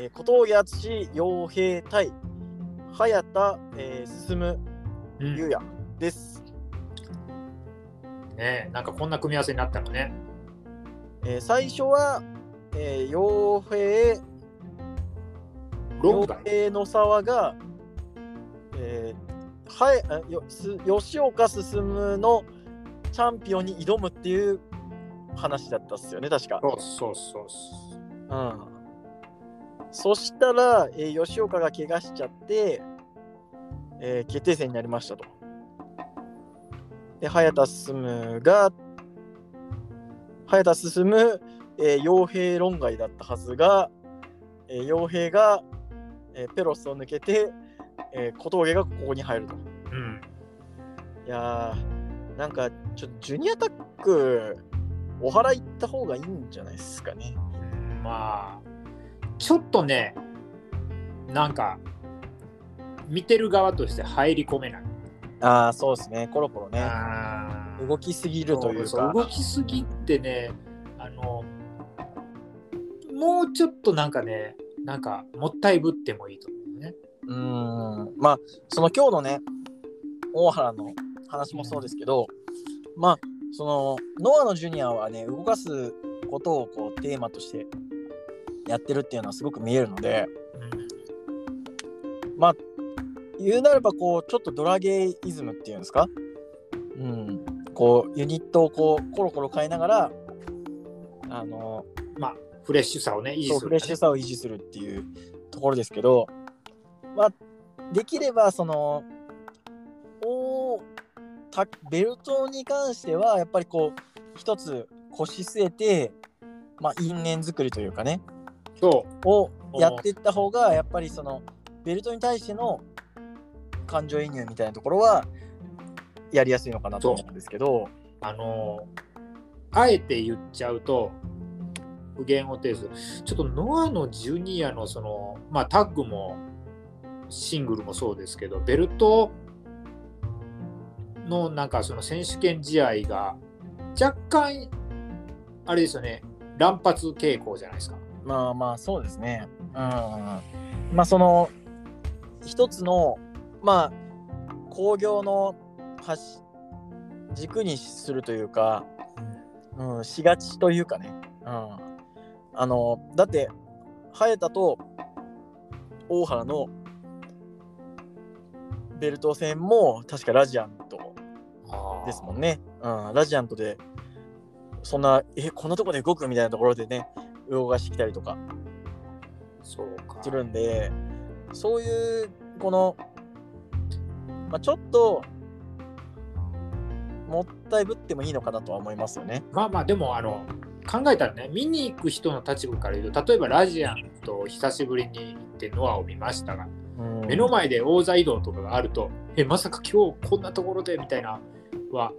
S1: えー、小峠敦洋平対早田、えー、進
S3: うん
S1: 優
S3: ね
S1: 也です、
S3: えなんかこんな組み合わせになったのね。
S1: えー最初は、えー、洋平
S3: ロン
S1: 洋
S3: グだ。
S1: 平の沢が、えーはい、あよす吉岡進のチャンピオンに挑むっていう話だったっすよね確か。
S3: そうそうそうそ
S1: う
S3: う。
S1: んそしたら、えー吉岡が怪我しちゃって、えー決定戦になりましたと。で、早田進が、早田進、えー、傭兵論外だったはずが、えー傭兵が、えーペロスを抜けて、えー小峠がここに入ると。
S3: うん。
S1: いやー、なんか、ちょっとジュニアタック、お祓い行った方がいいんじゃないですかね。
S3: うんまあ、ちょっとね、なんか、見てる側として入り込めない。
S1: ああ、そうですね、コロコロね。
S3: あー
S1: 動きすぎるという
S3: そ
S1: か。
S3: う動きすぎってねあのもうちょっとなんかねなんかもったいぶってもいいと思うね
S1: うーん。まあ、その今日のね、大原の話もそうですけど、まあ、その、ノアのジュニアはね、動かすことをこうテーマとしてやってるっていうのはすごく見えるので、言うなればこう、ちょっとドラゲイズムっていうんですかうん。こう、ユニットをこう、コロコロ変えながら、あの、
S3: まあフレッシュさをね維持
S1: そう
S3: す
S1: フレ
S3: る
S1: ッシュさを維持するっていうところですけど、まあ、できればそのおたベルトに関してはやっぱりこう一つ腰据えて、まあ、因縁作りというかね
S3: そう
S1: をやっていった方がやっぱりそのベルトに対しての感情移入みたいなところはやりやすいのかなと思うんですけど
S3: あのあえて言っちゃうと不言を呈するちょっとノアのジュニアのそのまあタッグもシングルもそうですけどベルトのなんかその選手権試合が若干あれですよね乱発傾向じゃないですか。
S1: まあまあそうですね。うん。まあその一つのまあ工業の端軸にするというか、うん、しがちというかね。うん。あのだって早田と大原のベルト戦も確かラジアントですもんね。うん、ラジアントでそんなえこんなとこで動くみたいなところでね動かしてきたりとか。
S3: そうか。
S1: するんでそういうこの、まあ、ちょっともったいぶってもいいのかなとは思いますよね。
S3: まあまあでもあの考えたらね見に行く人の立場から言うと例えばラジアンと久しぶりに行ってノアを見ましたが
S1: うん
S3: 目の前で王座移動とかがあるとえまさか今日こんなところでみたいなは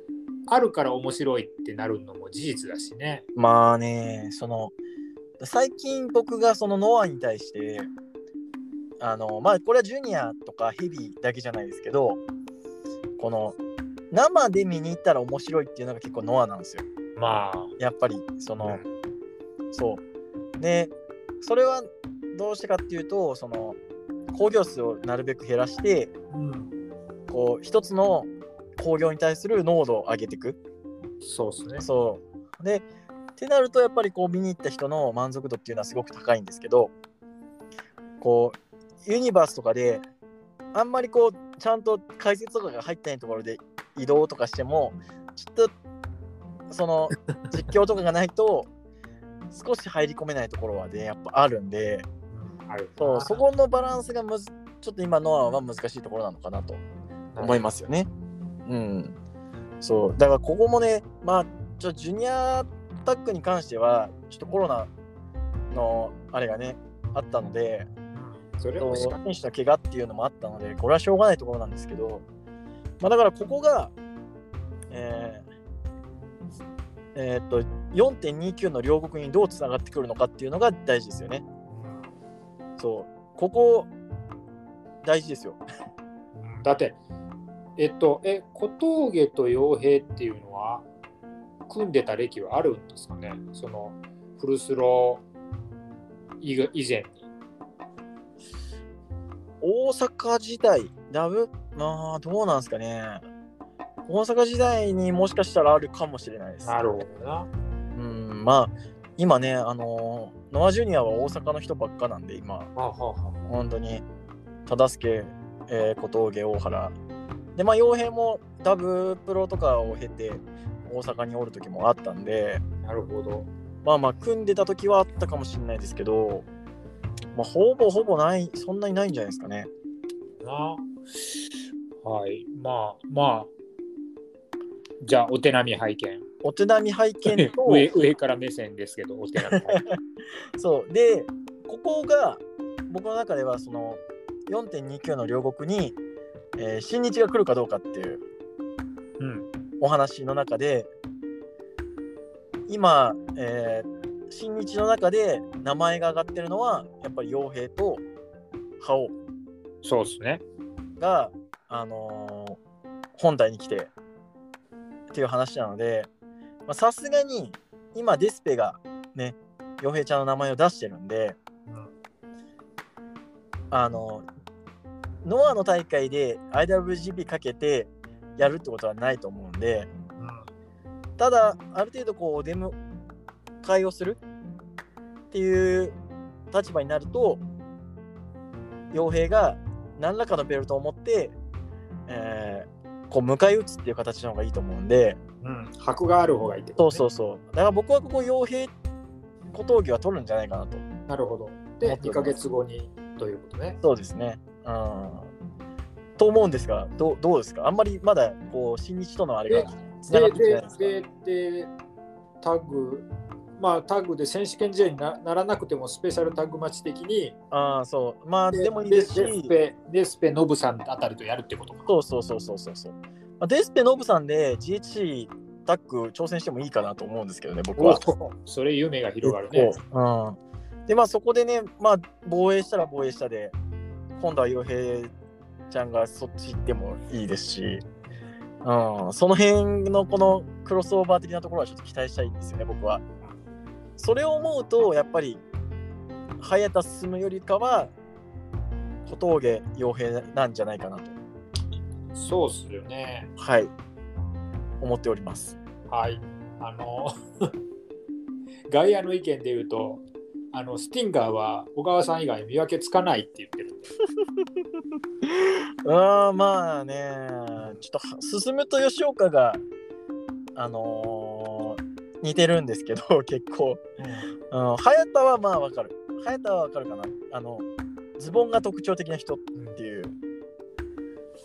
S3: あるから面白いってなるのも事実だしね。
S1: まあねその最近僕がそのノアに対してあのまあこれはジュニアとかヘビーだけじゃないですけどこの生で見に行ったら面白いっていうのが結構ノアなんですよ。
S3: ま
S1: やっぱりそ
S3: あ、
S1: の、そう。で、それはどうしてかっていうと、その興行数をなるべく減らして、
S3: うん、
S1: こう、一つの興行に対する濃度を上げていく。
S3: そうですね。
S1: そう。で、ってなると、やっぱりこう、見に行った人の満足度っていうのはすごく高いんですけど、こう、ユニバースとかで、あんまりこう、ちゃんと解説とかが入ってないところで移動とかしても、ちょっと、その、実況とかがないと、少し入り込めないところはね、やっぱあるんで、
S3: ある
S1: そうそこのバランスがむず、ちょっと今のは難しいところなのかなと思いますよね。うん。そうだからここもねまあちょジュニアタックに関してはちょっとコロナのあれがねあったので
S3: それ
S1: と
S3: は惜し
S1: 選
S3: かっ
S1: 手の怪我っていうのもあったのでこれはしょうがないところなんですけど、まあ、だからここが、えーえーっと4.29の両国にどうつながってくるのかっていうのが大事ですよね。そうここ大事ですよ。
S3: たうんだって、えっと、え、小峠と洋平っていうのは、組んでた歴はあるんですかねその、フルスロー以外以前に。
S1: 大阪時代ダブまあどうなんですかね大阪時代にもしかしたらあるかもしれないです。
S3: なるほどな。
S1: うんまあ今ねあのノアジュニアは大阪の人ばっかなんで今
S3: はあはあはあ
S1: 本当に忠助、えー小峠大原でまあ傭兵もダブプロとかを経て大阪におる時もあったんで
S3: なるほど。
S1: まあまあ組んでた時はあったかもしれないですけど、まあ、ほぼほぼないそんなにないんじゃないですかね
S3: な。はい。まあまあ。じゃあ、お手並み拝
S1: お手並み拝見
S3: 見。
S1: と
S3: 上上から目線ですけど、お手並み拝見。
S1: そうでここが僕の中ではその4.29の両国に、えー新日が来るかどうかっていう
S3: うん。
S1: お話の中で今、えー新日の中で名前が挙がってるのはやっぱり傭兵と覇王
S3: そうですね。
S1: が、あのー本体に来てっていう話なのでまあさすがに今デスペがね傭兵ちゃんの名前を出してるんで、あのノアの大会で IWGP かけてやるってことはないと思うんでただある程度こう出迎えをするっていう立場になると傭兵が何らかのベルトを持って、えーこう迎え撃つっていう形の方がいいと思うんで
S3: うん。箔がある方がいいってこ
S1: そ
S3: と
S1: うそうそうだから僕はここ傭兵小峠は取るんじゃないかなと
S3: なるほど。
S1: 思
S3: で、
S1: って
S3: 2
S1: ます
S3: ヶ月後にということね。
S1: そうですねうんと思うんですがどうどうですかあんまりまだこう新日とのあれがつなが
S3: で
S1: ってきてないですか
S3: でででタッグ、まあタッグで選手権試合になならなくてもスペシャルタッグマッチ的に、
S1: ああそうまあでもいいですし
S3: デスペ、デスペノブさんあたりとやるってことか。
S1: そうそうそうそうそうそう。まあ、デスペノブさんで GHC タッグ挑戦してもいいかなと思うんですけどね、僕は。
S3: おおそれ夢が広がるね。
S1: 構うん。で、まあそこでね、まあ防衛したら防衛したで、今度は洋平ちゃんがそっち行ってもいいですし、うん、その辺のこのクロスオーバー的なところはちょっと期待したいんですよね、僕は。それを思うと、やっぱり、早田進むよりかは、小峠洋平なんじゃないかなと。
S3: そうっすよね。
S1: はい。思っております。
S3: はい。あの、 外野の意見で言うと、あのスティンガーは小川さん以外見分けつかないって言ってるんで、
S1: うーん、まあね、ちょっとは進むと吉岡が、あのー似てるんですけど、 結構。うん、早田はまあわかる。早田はわかるかな。あの、ズボンが特徴的な人っていう。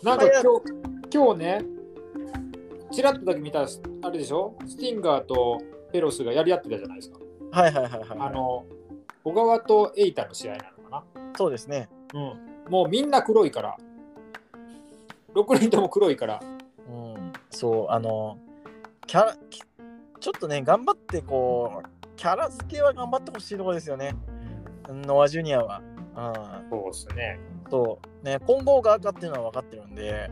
S3: なんか今日今日ね、ちらっとだけ見たら、あれでしょ、スティンガーとペロスがやり合ってたじゃないですか。
S1: はいはいはいはい。
S3: あの小川とエイタの試合なのか
S1: そうですね。
S3: な。うん、もうみんな黒いから、6人とも黒いから、
S1: うん、そう、あの、キャラ、きちょっとね、頑張ってこう、キャラ付けは頑張ってほしいところですよね。ノアジュニアは。うん。
S3: そうですね。
S1: そうね、混合が赤っていうのは分かってるんで、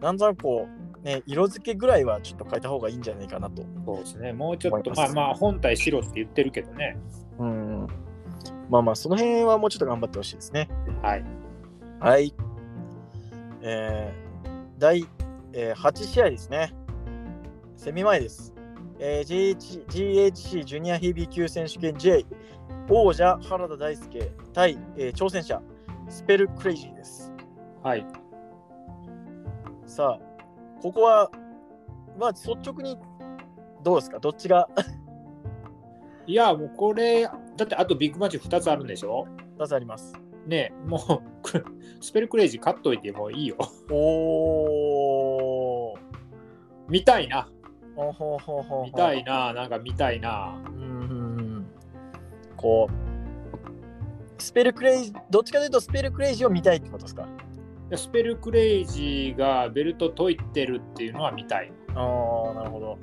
S1: なんとなくこう、ね、色付けぐらいはちょっと変えた方がいいんじゃないかなと。
S3: そうですね。もうちょっと、
S1: 思いま
S3: まあ
S1: す
S3: まあ、本体白って言ってるけどね。
S1: うん。まあまあ、その辺はもうちょっと頑張ってほしいですね。
S3: はい。
S1: はい。えー、第、えー8試合ですね。セミ前です。えー GH GHC ジュニアヘビー級選手権 J 王者原田大輔対、えー挑戦者スペルクレイジーです。
S3: はい。
S1: さあ、ここは、まあ、率直にどうですか、どっちが
S3: いや、もうこれ、だってあとビッグマッチ2つあるんでしょ
S1: 2つあります。
S3: ねえもう、 くスペルクレイジー勝っといてもういいよ。
S1: おー、
S3: 見たいな。
S1: おほほほ
S3: 見たいな。なんか見たいな。
S1: うんうんうんこうスペルクレイジどっちかというとスペルクレイジを見たいってことですか
S3: スペルクレイジーがベルト解いてるっていうのは見たい。
S1: ああなるほど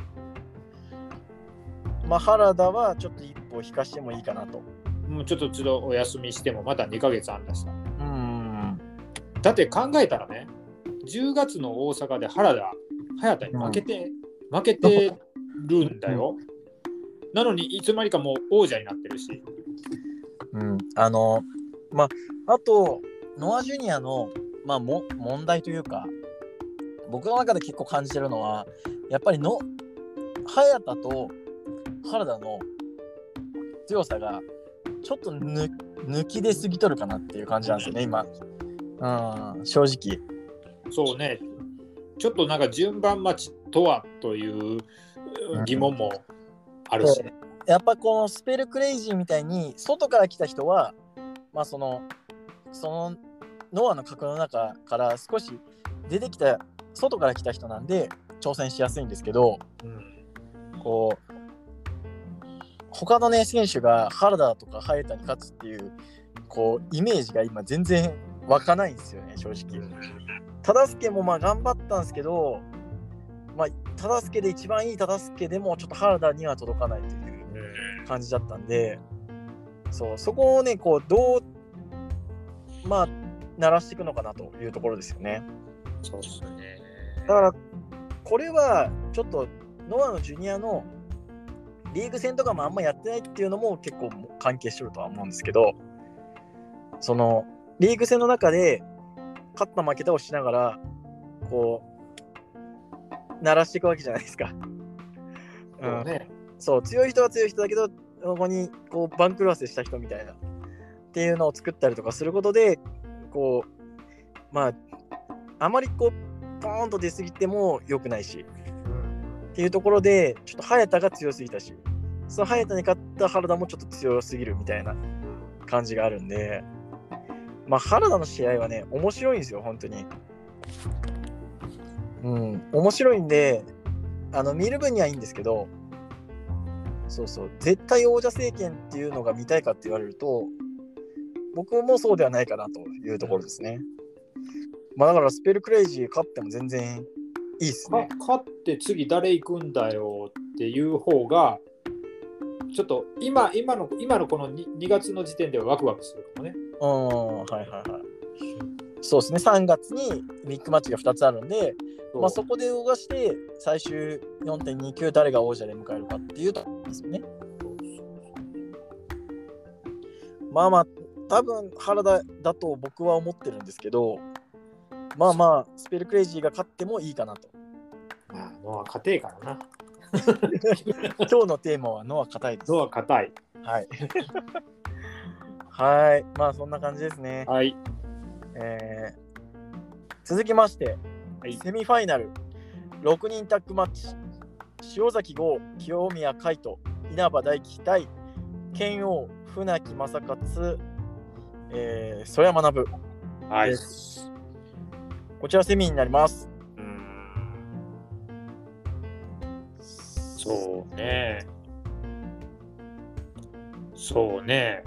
S1: まあ原田はちょっと一歩引かしてもいいかなと
S3: もうちょっと一度お休みしてもまだ2ヶ月あんだしな。
S1: うん
S3: だって考えたらね、10月の大阪で原田、早田に負けて、負けてるんだよ。なのにいつまにかもう王者になってるし。
S1: うんあのまああとノア・ジュニアの、まあ、も問題というか僕の中で結構感じてるのはやっぱりの早田と原田の強さがちょっと抜抜き出すぎとるかなっていう感じなんですよね今、うん、正直
S3: そうね、ちょっとなんか順番待ちとはという
S1: うん
S3: 疑問もあるし、
S1: そうやっぱこのスペルクレイジーみたいに外から来た人はまあそのそのノアの格の中から少し出てきた外から来た人なんで挑戦しやすいんですけど
S3: うん
S1: こう他のね選手が原田とか早田に勝つっていうこうイメージが今全然湧かないんですよね正直。忠助もまあ頑張ったんですけど、まあ、忠助で一番いい忠助でもちょっと原田には届かないという感じだったんでそうそこをねこうどうまあ鳴らしていくのかなというところですよね
S3: そうですね。
S1: だからこれはちょっとノアのジュニアのリーグ戦とかもあんまやってないっていうのも結構関係してるとは思うんですけどそのリーグ戦の中で勝った負けたをしながらこう鳴らしていくわけじゃないですか。
S3: そうね
S1: そう強い人は強い人だけどそこにこう番狂わせした人みたいなっていうのを作ったりとかすることでこうまああまりこうポーンと出過ぎても良くないしっていうところでちょっと早田が強すぎたしその早田に勝った原田もちょっと強すぎるみたいな感じがあるんでまあ原田の試合はね面白いんですよ本当にうん面白いんであの見る分にはいいんですけどそうそう絶対王者政権っていうのが見たいかって言われると僕もそうではないかなというところですね、まあだからスペルクレイジー勝っても全然いいっすね
S3: か勝って次誰行くんだよっていう方が、ちょっと今今の今のこの 2, 月の時点ではワクワクするかもね。
S1: うん、はいはいはい。そうですね、3月にビッグマッチが2つあるんで、まあ、そこで動かして、最終4.29、誰が王者で迎えるかっていうところですよね。まあまあ、多分原田だと僕は思ってるんですけど、まあまあ、スペルクレイジーが勝ってもいいか なと。
S3: まあノア硬いからな。
S1: 今日のテーマはノア硬いです。
S3: ノア硬い。
S1: はい。 はい。まあ、そんな感じですね。
S3: はい。
S1: えー続きまして、
S3: はい
S1: セミファイナル6人タッグマッチ塩崎豪清宮海斗稲葉大輝対剣王船木正勝、えー、曽山学
S3: はい。
S1: で
S3: う
S1: こちらセミになります
S3: ーんそうね。そうね。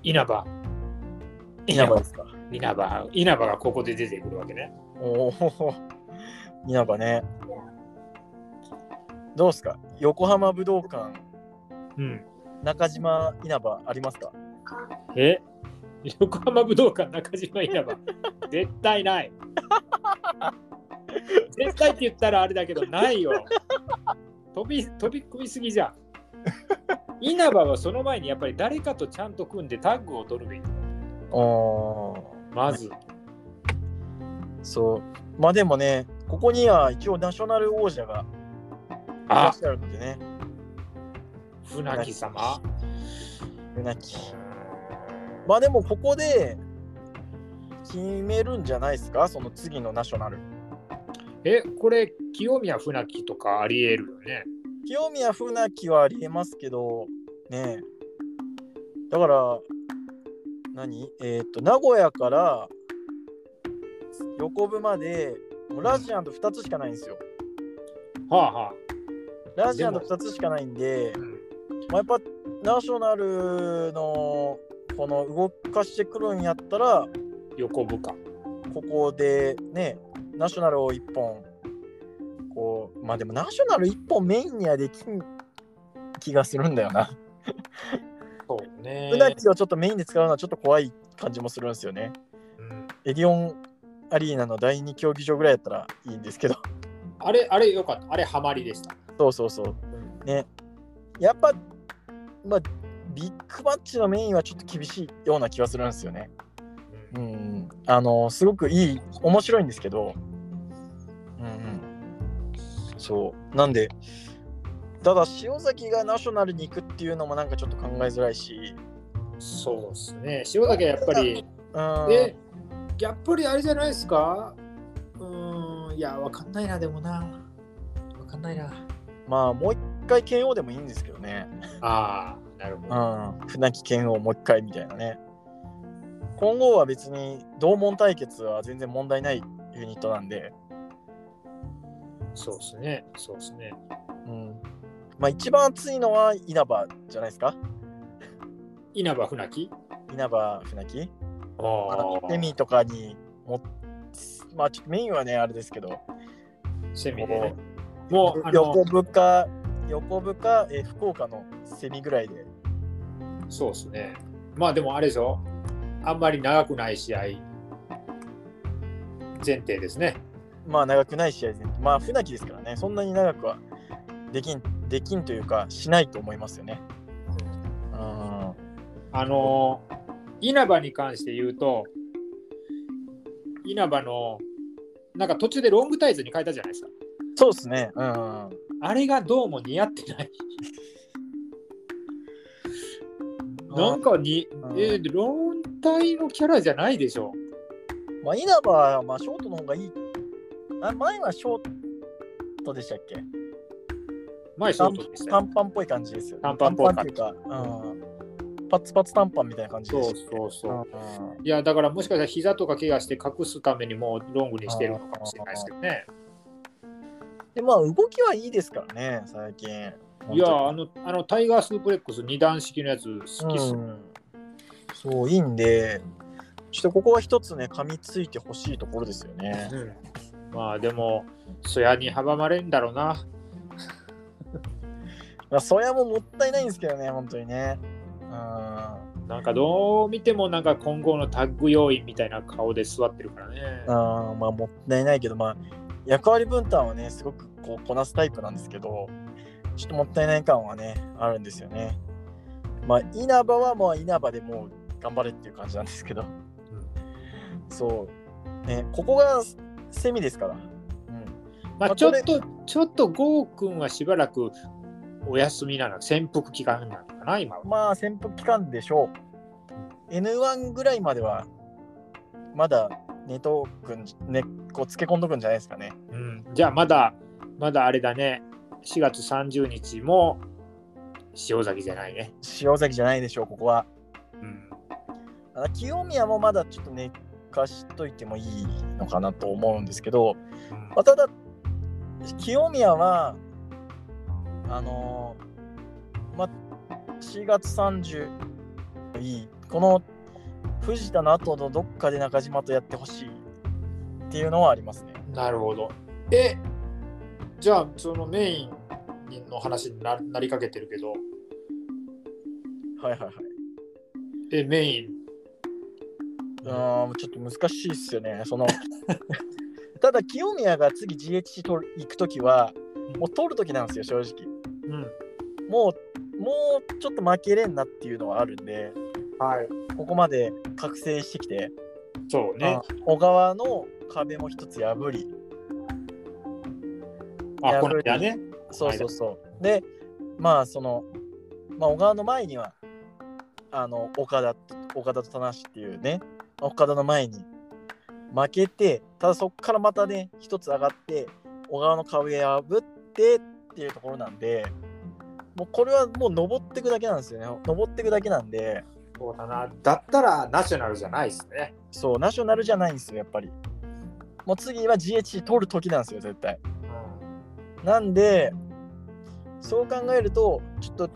S3: 稲葉。稲葉。
S1: すか
S3: 稲葉。稲葉がここで出てくるわけね。
S1: おお稲葉ねどうですか横浜武道館
S3: うん。
S1: 中島稲葉ありますか
S3: え横浜武道館中島稲 葉。絶対ない。絶対って言ったらあれだけど、ないよ。飛び飛び込みすぎじゃ ん。稲葉はその前にやっぱり誰かとちゃんと組んでタッグを取るべき。
S1: お
S3: まず。
S1: そう。まあでもね、ここには一応ナショナル王者がいら
S3: あ
S1: っ、しゃるのでね、
S3: 船木様。
S1: 船木。まあでもここで決めるんじゃないですか、その次のナショナル。
S3: え、これ、清宮船木とかありえるよね。
S1: 清宮船木はありえますけど、ねえだから、何えーっと、名古屋から横部までもうラジアント2つしかないんですよ。
S3: はあはあ。
S1: ラジアント2つしかないんで、
S3: うん
S1: まあ、やっぱナショナルのこの動かしてくるんやったら、
S3: 横部か。
S1: ここでね、ナショナルを1本、こう、まあでもナショナル1本メインにはできん気がするんだよな。
S3: そうね。
S1: 船木をちょっとメインで使うのはちょっと怖い感じもするんですよね。
S3: うん
S1: エディオンアリーナの第2競技場ぐらいやったらいいんですけど。
S3: あれ、あれよかった。あれ、ハマりでした。
S1: そうそうそう。ね。やっぱ、まあ、ビッグマッチのメインはちょっと厳しいような気はするんですよね。
S3: うん
S1: うん。あの、すごくいい、面白いんですけど。うんうん。そう。なんで、ただ、塩崎がナショナルに行くっていうのもなんかちょっと考えづらいし。
S3: そうですね。塩崎はやっぱり、
S1: うん。
S3: で、やっぱりあれじゃないですかうーん、いや、わかんないな、でもな。わかんないな。
S1: まあ、もう一回 KO でもいいんですけどね。
S3: ああ、なるほ
S1: う
S3: ど。
S1: ん。船木 KO もう一回みたいなね。今後は別に同門対決は全然問題ないユニットなんで。
S3: そうですね。そうですね。
S1: うんまあ一番熱いのは稲葉じゃないですか
S3: 稲葉船木
S1: 稲葉船木
S3: ああ
S1: セミとかにもまあちょっとメインはねあれですけど
S3: セミでね
S1: こ。
S3: もう、あ
S1: う
S3: の
S1: 横、部か横部かえー福岡のセミぐらいで
S3: そうですね。まあでもあれでしょ。あんまり長くない試合前提ですね。
S1: まあ長くない試合ですねまあ船木ですからねそんなに長くはできんできんというかしないと思いますよねうん
S3: あのー稲葉に関して言うと稲葉のなんか途中でロングタイツに変えたじゃないですか
S1: そうですねうん
S3: あれがどうも似合ってないなんかに、
S1: うん
S3: えーロンタイのキャラじゃないでしょ
S1: まあ稲葉はまあショートの方がいいあ前はショートでしたっけ
S3: 前ショートでしたよ
S1: 短パンっぽい感じですよ、ね。
S3: 短パンっぽ
S1: 短
S3: い感
S1: パンっ
S3: じ
S1: ていうか、うん、パツパツ短パンみたいな感じ
S3: そ
S1: で
S3: う
S1: す。
S3: そうそう
S1: うん
S3: いやだからもしかしたら膝とか怪我して隠すためにもうロングにしてるのかもしれないですけどね
S1: で、まあ、動きはいいですからね、最近。
S3: いやーあのあのタイガースープレックス二段式のやつ好きっす、
S1: うんそう、いいんで、ちょっとここは一つね、噛みついてほしいところですよね。
S3: まあでもそやに阻まれんだろうな
S1: まあ、そりゃもうもったいないんですけどね、本当にね。うん
S3: なんかどう見てもなんか今後のタッグ要員みたいな顔で座ってるからね。
S1: あーまあもったいないけどまあ役割分担はねすごくこうこなすタイプなんですけどちょっともったいない感はねあるんですよねまあ稲葉はもう稲葉でもう頑張れっていう感じなんですけど、そうねここがセミですから、うん、
S3: ま
S1: まあ
S3: あちょっ
S1: こと
S3: ちょっとゴー君はしばらくお休みなの潜伏期間なのかな今は。
S1: まあ潜伏期間でしょう N1 ぐらいまではまだ寝とくん根っこつけ込んどくんじゃないですかね
S3: うん、じゃあまだまだあれだね4月30日も塩崎じゃないね。
S1: 塩崎じゃないでしょうここは
S3: うん、
S1: あ清宮もまだちょっと寝かしといてもいいのかなと思うんですけど、まあ、ただ清宮はあのーまあ4月30いいこの藤田の後のどっかで中島とやってほしいっていうのはありますね。
S3: なるほど。えじゃあそのメインの話にななりかけてるけど
S1: はいはいはい。
S3: えメイン
S1: うーんちょっと難しいですよね。 そのただ清宮が次 GHC 取る行く時はもう取る時なんですよ正直。
S3: うん、
S1: もう、もうちょっと負けれんなっていうのはあるんで、
S3: はい
S1: ここまで覚醒してきて、
S3: そうね。
S1: うん小川の壁も一つ破り、
S3: あ、
S1: や
S3: この間ね。
S1: そうそうそう。で、まあ、その、まあ、小川の前には、あの、岡田と、岡田と棚橋っていうね、岡田の前に負けて、ただそこからまたね、一つ上がって、小川の壁破ってっていうところなんで、もうこれはもう登っていくだけなんですよね。登っていくだけなんで、
S3: そうだな。だったらナショナルじゃないですね。
S1: そう、ナショナルじゃないんですよ、やっぱり。もう次は GHC 取る時なんですよ、絶対。なんで、そう考えると、ちょっと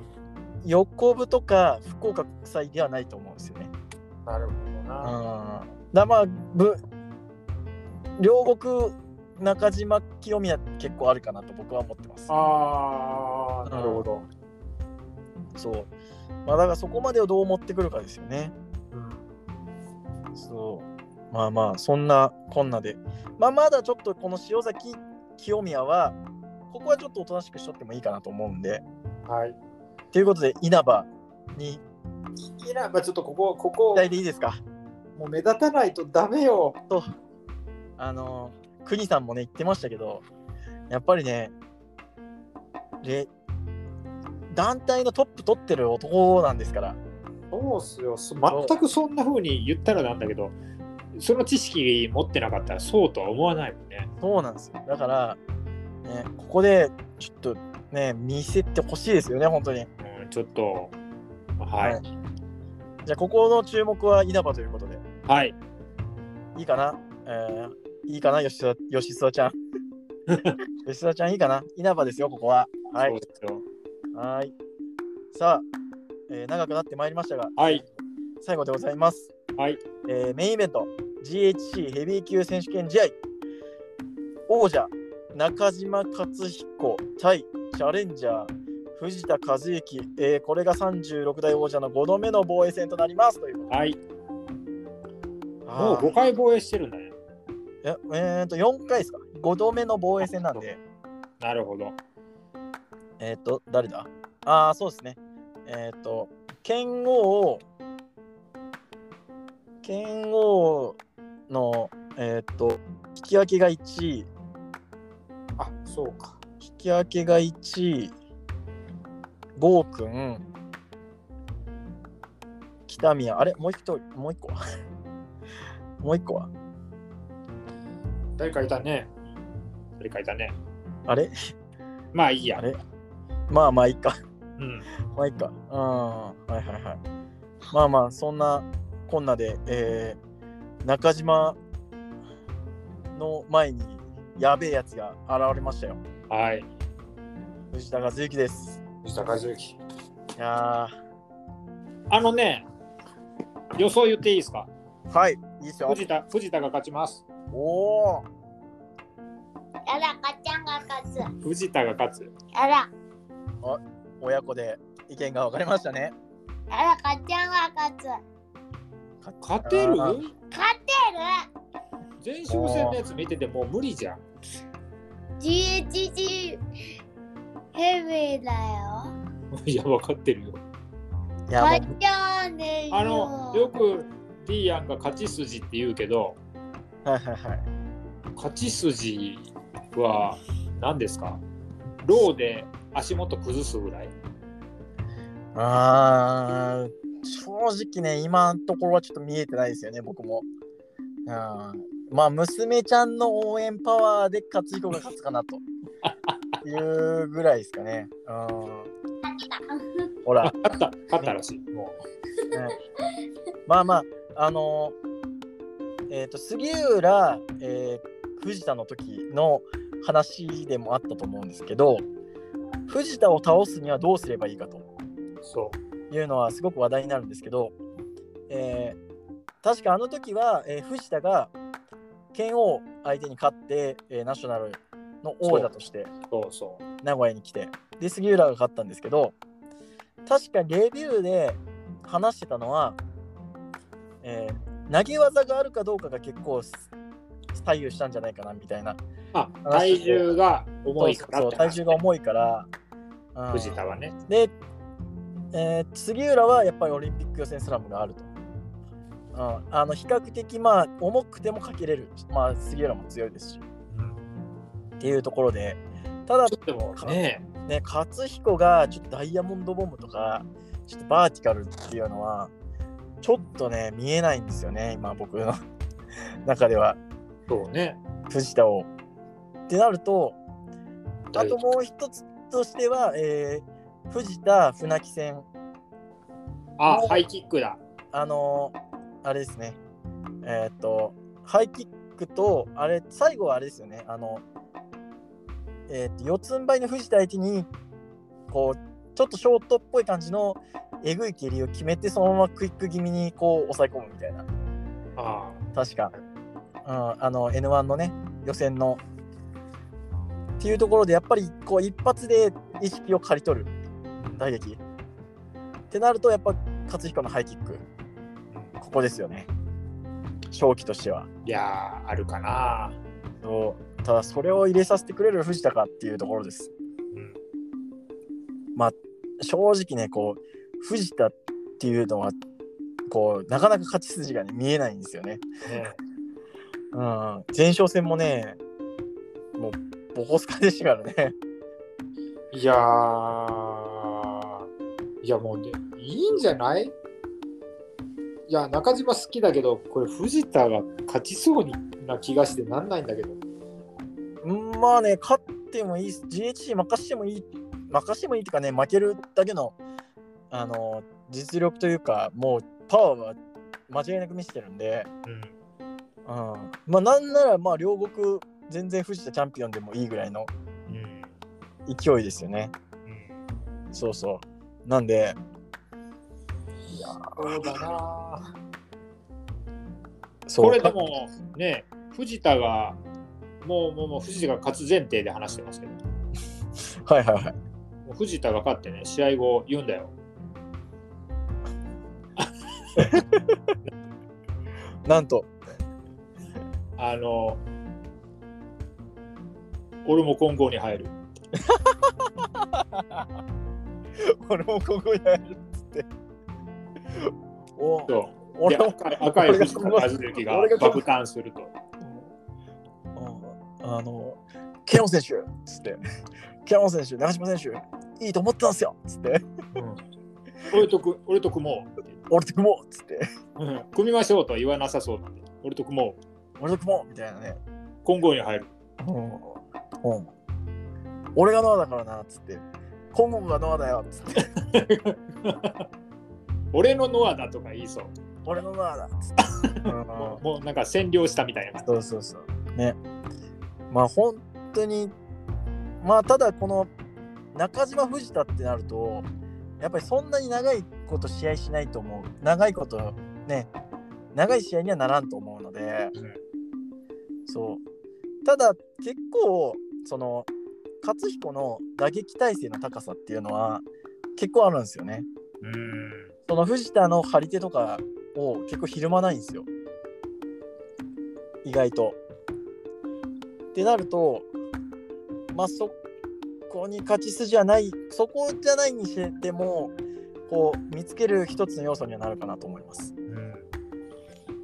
S1: 横部とか福岡国際ではないと思うんですよね。
S3: なるほど
S1: う
S3: な。
S1: んだまあ、ぶ両国中島清宮結構あるかなと僕は思ってます。
S3: ああ、なるほど。
S1: そう。まあだからそこまでをどう持ってくるかですよね。
S3: うん
S1: そう。まあまあ、そんなこんなで。まあまだちょっとこの塩崎清宮は、ここはちょっとおとなしくしとってもいいかなと思うんで。
S3: はい。
S1: ということで、稲葉に
S3: いや、まあちょっとここ、こ
S1: 期
S3: こ、
S1: 待でいいですか
S3: もう目立たないとダメよ。
S1: あの、国さんもね、言ってましたけど、やっぱりね、れ団体のトップ取ってる男なんですから。
S3: そうっすよ。そ全くそんな風に言ったらなんだけど、その知識持ってなかったらそうとは思わないもんね。
S1: そうなんですよ。だから、ね、ここでちょっとね、見せてほしいですよね、本当に。
S3: うん、ちょっと、はい。
S1: は
S3: はいい。
S1: じゃあ、ここの注目は稲葉ということで。いいかな、えー、いいかな吉田、吉沢 ちゃん。吉沢ちゃんいいかな稲葉ですよ、ここは。は
S3: そう
S1: い。
S3: ですよ。
S1: はーい。さあ、えー長くなってまいりましたが、
S3: はい。
S1: 最後でございます。
S3: はい。
S1: えーメインイベント、GHC ヘビー級選手権試合。王者、中島克彦対チャレンジャー、藤田和幸、えーこれが36代王者の5度目の防衛戦となります。というこ
S3: はい。
S1: と
S3: もう
S1: あー
S3: 5回防衛してるんだね。
S1: いやえー、と4回ですか ?5 度目の防衛戦なんで。
S3: なるほど。
S1: えっ、と、誰だああ、そうですね。えっ、と、剣王、剣王の、えっ、と、引き分けが1位、
S3: あ、そうか。
S1: 引き分けが1位、ゴーくん、北宮、あれもう一人、もう一個は もう一個は
S3: 誰かいたね。誰かいたね。
S1: あれ
S3: まあいいや。
S1: あれまあまあいいか。
S3: うん。
S1: まあいいか。うん。はいはいはい。まあまあ、そんなこんなで、えー中島の前にやべえやつが現れましたよ。
S3: はい。
S1: 藤田和幸です。
S3: 藤田和之。
S1: いや
S3: あのね、予想言っていいですか
S1: ーはい、いいですよ。
S3: 藤田藤田が勝ちます。
S1: おお、
S2: やだ、かっちゃんが勝つ。
S3: 藤田が勝つ。
S2: やだ、
S1: 親子で意見が分かれましたね。
S2: やだ、かっちゃんが勝つ。
S3: 勝てる
S1: あ
S2: 勝て
S3: 前哨戦のやつ見ててもう無理じゃん。
S2: る ?GHG ヘビーだよ。
S3: いや、分かってるよ。
S1: いや、
S2: か
S1: も
S2: っちゃんで
S3: あの、よくディアンが勝ち筋って言うけど、
S1: うはいはいはい。
S3: 勝ち筋は何ですかローで足元崩すぐらい。
S1: あー正直ね、今のところはちょっと見えてないですよね、僕も。うんまあ、娘ちゃんの応援パワーで勝つ彦が勝つかなというぐらいですかね。うん、ほら、
S3: 勝った、勝ったらしい。も
S1: まあまあ、あのーえっ、と、杉浦、えー藤田の時の話でもあったと思うんですけど、藤田を倒すにはどうすればいいかと。
S3: う、そ
S1: いうのはすごく話題になるんですけど、えー確かあの時は、えー藤田が剣王相手に勝って、えーナショナルの王者として
S3: う、そう、そう。
S1: 名古屋に来てで杉浦が勝ったんですけど確かレビューで話してたのは、えー投げ技があるかどうかが結構左右したんじゃないかなみたいな
S3: あ、体重が重いから
S1: そうそう体重が
S3: い。
S1: 重いから、うん
S3: 藤田はね。
S1: で、えー杉浦はやっぱりオリンピック予選スラムがあると。うん、あの比較的まあ重くてもかけれる、まあ、杉浦も強いですしっていうところでただ
S3: ちょっとでもね、
S1: ね勝彦がちょっとダイヤモンドボムとかちょっとバーティカルっていうのはちょっとね見えないんですよね今僕の 中では
S3: そうね。
S1: 藤田を。ってなるとあともう一つとしては、えー藤田船木戦
S3: あ、ハイキックだ。
S1: あのーあれですね。えーっと、ハイキックと、あれ、最後はあれですよね、あの、えーと四つん這いの藤田相手に、こう、ちょっとショートっぽい感じのえぐい蹴りを決めて、そのままクイック気味にこう抑え込むみたいな、
S3: あ
S1: 確か、うん、あの N1 のね、予選の。っていうところで、やっぱりこう一発で意識を刈り取る、打撃。ってなると、やっぱ勝彦のハイキック、
S3: あ。
S1: ここですよね、勝機としては。
S3: いやー、あるかな。
S1: そうただそれを入れさせてくれる藤田かっていうところです。
S3: うん
S1: 正直ね、こう、藤田っていうのは、こう、なかなか勝ち筋が、ね、見えないんですよね。
S3: ね
S1: うん。前哨戦もね、もう、ボコスカでしたからね。
S3: いやー、いやもうね、いいんじゃないいや、中島好きだけど、これ藤田が勝ちそうにな気がしてなんないんだけど。
S1: うんまあね、勝ってもいいし、GHC 任してもいい、任してもいいっていうかね、負けるだけの、あの、実力というか、もう、パワーは間違いなく見せてるんで、
S3: う
S1: う
S3: ん。
S1: ん。まあ、なんなら、まあ、両国、全然藤田チャンピオンでもいいぐらいの
S3: うん。
S1: 勢いですよね。そうそう。なんで、
S3: そうだな
S1: そう
S3: これでもね、藤田が、もうもうもう藤田が勝つ前提で話してますけど、も
S1: はいはいはい。
S3: う藤田が勝ってね、試合後言うんだよ。
S1: なんと、
S3: あの、俺も混合に入る。
S1: 俺もここやるっつって。お
S3: そう
S1: 俺
S3: で
S1: も、
S3: 赤い赤い藤田和之が
S1: 俺が
S3: 爆誕すると。
S1: うんあの、ケオン選手っつって、ケオン選手、長島選手、いいと思ったんすよっつって、
S3: 俺とく俺と組も
S1: 俺と組もうっつって、
S3: う、組みましょうとは言わなさそうなんで、俺と組もう、
S1: 俺と組もうみたいなね。
S3: 混合に入る。
S1: うん。うん、俺がノアだからなっつって、今後がノアだよっつって、
S3: 俺のノアだとか言いそう。
S1: 俺のノアだっつって。うん
S3: もうもうなんか占領したみたいな感
S1: そうそうそう。ね。まあ本当に、まあただこの中島藤田ってなると、やっぱりそんなに長いこと試合しないと思う。長いことね、長い試合にはならんと思うので、
S3: じ。
S1: そう。ただ結構、その、勝彦の打撃体制の高さっていうのは結構あるんですよね。
S3: うん
S1: その藤田の張り手とかを結構ひるまないんですよ。意外と。ってなると、まあそこに勝ち筋はない、そこじゃないにしても、こう見つける一つの要素にはなるかなと思います。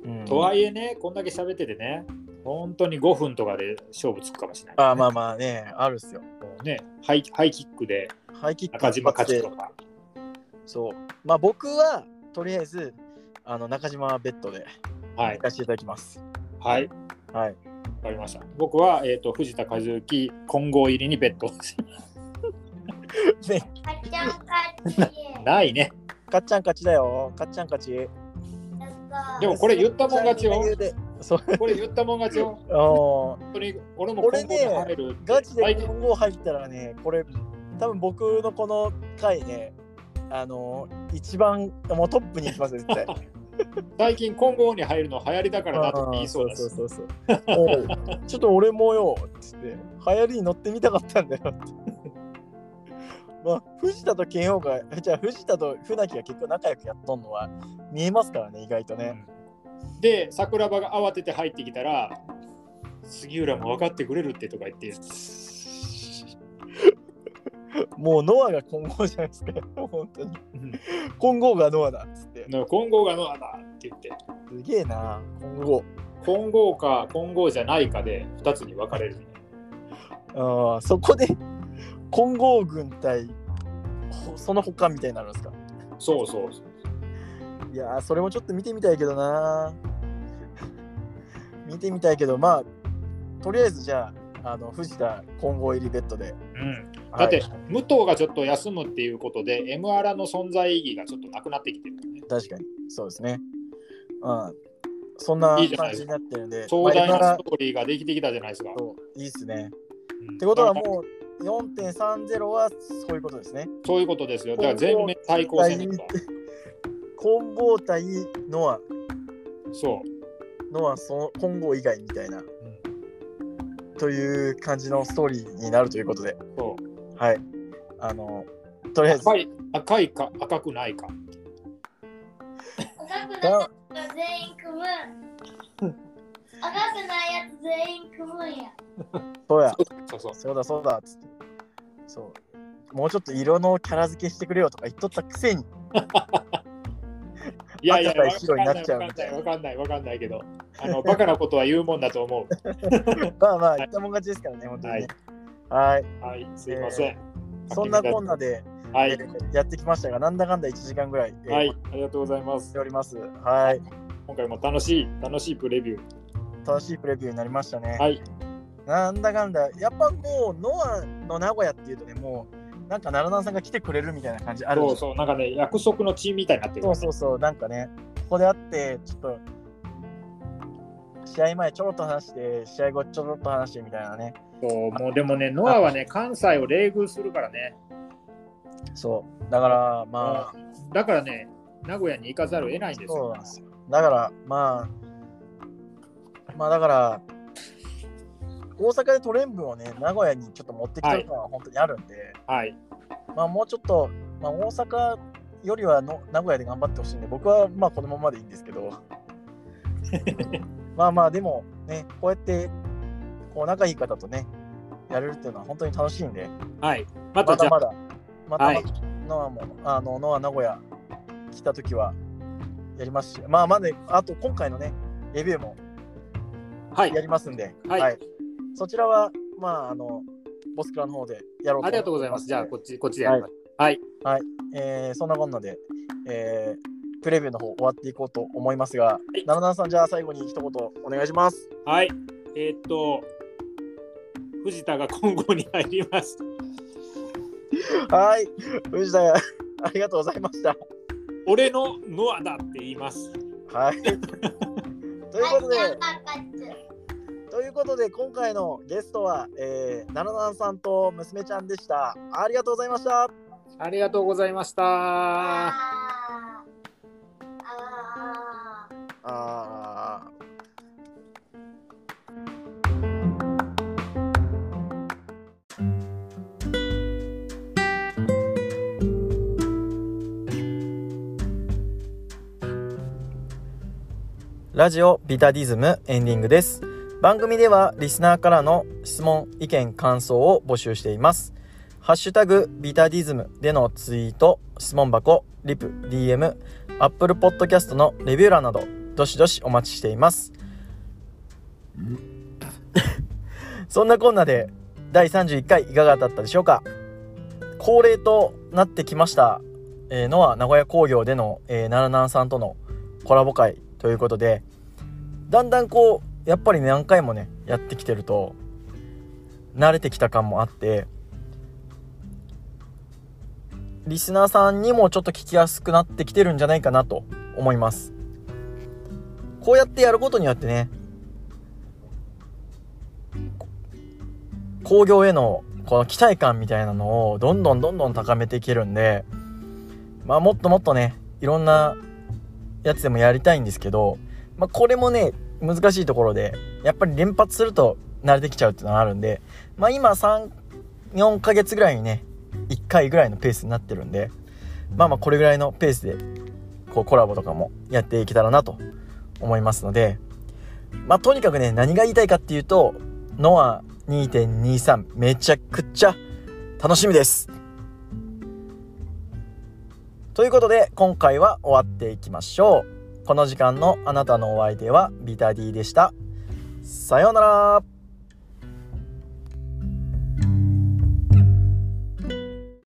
S1: うん
S3: とはいえね、こんだけ喋っててね、本当に5分とかで勝負つくかもしれない、
S1: あまあまあね、あるっすよ。
S3: もうねハイ、ハイキックで
S1: ハイキック
S3: 中島勝ち
S1: 一
S3: と
S1: 発で
S3: か。
S1: そう。まあ僕はとりあえず、あの中島ベッドで
S3: はい
S1: 行、かせていただきます。
S3: はい、
S1: はい。
S3: わかりました。僕は、えー、と藤田和幸、混合入りにベッド。
S2: かっちゃんか っちやっ
S3: ないね。
S1: かっちゃん勝ちだよ。かっちゃん勝ち。
S2: た
S3: でもこれ言ったもん勝ちよ
S1: そういうそう
S3: これ言ったもん勝ちよ。
S1: あー
S3: 本当に俺も混合に入るって。
S1: ガチで
S3: ハイキッ
S1: 今後入ったらね、これ、多分僕のこの回ね、あのー一番、もうトップに行きますよ、 絶対。
S3: 最近混合に入るの流行りだからなとか言いそうだし
S1: そうそうそう そうおうちょっと俺もよ、つって、流行りに乗ってみたかったんだよって。まあ、藤田と剣王が、じゃあ藤田と船木が結構仲良くやっとんのは見えますからね、意外とね。
S3: うんで桜庭が慌てて入ってきたら杉浦も分かってくれるってとか言って
S1: もうノアが混合じゃないですか、本当に。混合がノアだっつって。
S3: な混合がノアだって言って
S1: すげえな、混合。
S3: 混合か混合じゃないかで2つに分かれる
S1: あーそこで混合軍対ほその他みたいになるんですか
S3: そうそうそう
S1: いやーそれもちょっと見てみたいけどな 見てみたいけどまあとりあえずじゃああの藤田混合入りベッドで
S3: うん、だって、
S1: はい
S3: 武藤がちょっと休むっていうことで M アラの存在意義がちょっとなくなってきてるよね
S1: 確かにそうですねうんそんない
S3: いじゃない
S1: 感じになってるんで、
S3: 壮大
S1: まあ
S3: ないストーリーができてきたじゃないですか。
S1: ろんなそういいですね。
S3: うん
S1: ってことは
S3: だから
S1: もう4.30はそういうことですね。
S3: そういうことですよ。だから全面対抗戦ですわ
S1: 混合対ノア、
S3: そ
S1: ノアその混合以外みたいな
S3: う、うん
S1: という感じのストーリーになるということで、
S3: そう。
S1: はい。あの、とりあえず、
S3: 赤い赤いか赤くないか。
S2: 赤くなかったら全員組む。赤くないやつ全員組むんや。
S1: そうや、
S3: そうそう。
S1: そうだそうだっつって。そう。もうちょっと色のキャラ付けしてくれよとか言っとったくせに、
S3: いやいや、
S1: 赤対白になっちゃうみたいな
S3: わかんない、わかんないわかんないけど、あのバカなことは言うもんだと思 う。
S1: まあまあ、言ったもん勝ちですからね、本当にね。はい。
S3: はい、すいません。
S1: そんなこんなで、
S3: は
S1: え
S3: い、
S1: ーやってきましたが、なんだかんだ1時間ぐらい、えー
S3: はい、ありがとうございま
S1: し
S3: す。
S1: ております。はい。
S3: 今回も楽しい、楽しいプレビュー。
S1: 楽しいプレビューになりましたね。
S3: はい、
S1: なんだかんだ、やっぱもう、ノアの名古屋っていうとね、もう、なんか奈良南さんが来てくれるみたいな感じあるん
S3: そ
S1: で
S3: う
S1: すよ
S3: そう、なんかね、約束の地みたいになってる。
S1: そうそうそう、なんかね、ここで会って、ちょっと、試合前ちょろっと話して、試合後ちょろっと話してみたいなね。
S3: そうもうでもね、ノアはね、関西を冷遇するからね、
S1: そう。だから、まあ、
S3: だからね、名古屋に行かざるを得ないんです
S1: そう
S3: よ
S1: なん。ですよ。だから、まあ、まあだから、大阪でトレンブをね、名古屋にちょっと持ってきたのは本当にあるんで、
S3: はい、
S1: まあもうちょっと、まあ、大阪よりはの名古屋で頑張ってほしいんで、僕はまあこのままでいいんですけ ど、まあまあでもね、こうやってこう仲いい方とね、やれるっていうのは本当に楽しいんで、
S3: はい、ま
S1: ま
S3: たじ
S1: だ
S3: ゃ
S1: まだ、またま
S3: は
S1: だ
S3: い
S1: ノアも、あのノア名古屋来たときはやりますし、まあまだ、あと今回のね、レビューも
S3: あ、はい
S1: や、りますんで、
S3: はい
S1: そちらは、まあ、あの、ボスクラの方でやろう
S3: ありがとうございます。じゃあ、
S1: こ
S3: こっち、こっちでやります。はい、
S1: えーそんなこんなで、えープレビューの方終わっていこうと思いますが、
S3: い
S1: ナナナナさん、じゃあ最後に一言お願いします。
S3: はい、えーっと、藤田が今後に入ります。
S1: はい、藤田がありがとうございました。
S3: 俺のノアだって言います。
S1: はい。と いうことで、
S2: 赤ちゃん
S1: ということで、今回のゲストは、えー、ナナナナさんと娘ちゃんでした。ありがとうございました。
S3: ありがとうございました。
S2: あ
S3: は
S2: ーあー。
S1: あーラジオビタディズムエンディングです。番組ではリスナーからの質問、意見、感想を募集しています。ハッシュタグビタディズムでのツイート、質問箱、リプ、DM、Apple Podcast のレビュー欄など、どしどしお待ちしています。そんなこんなで、第31回いかがだったでしょうか恒例となってきました、えー、ノア名古屋工業での、えー、ナラナンさんとのコラボ会ということで、だんだんこう、やっぱり何回もね、やってきてると、慣れてきた感もあって、リスナーさんにもちょっと聞きやすくなってきてるんじゃないかなと思いますこうやってやることによってねこ工業へのこの期待感みたいなのをどんどんどんどん高めていけるんでまあもっともっとねいろんなやつでもやりたいんですけど、まあ、これもね難しいところでやっぱり連発すると慣れてきちゃうっていうのがあるんでまあ今34ヶ月ぐらいにね1回ぐらいのペースになってるんでまあまあこれぐらいのペースでこうコラボとかもやっていけたらなと思いますのでまあとにかくね何が言いたいかっていうとノア2.23めちゃくちゃ楽しみですということで今回は終わっていきましょうこの時間のあなたのお相手はビタディでしたさようなら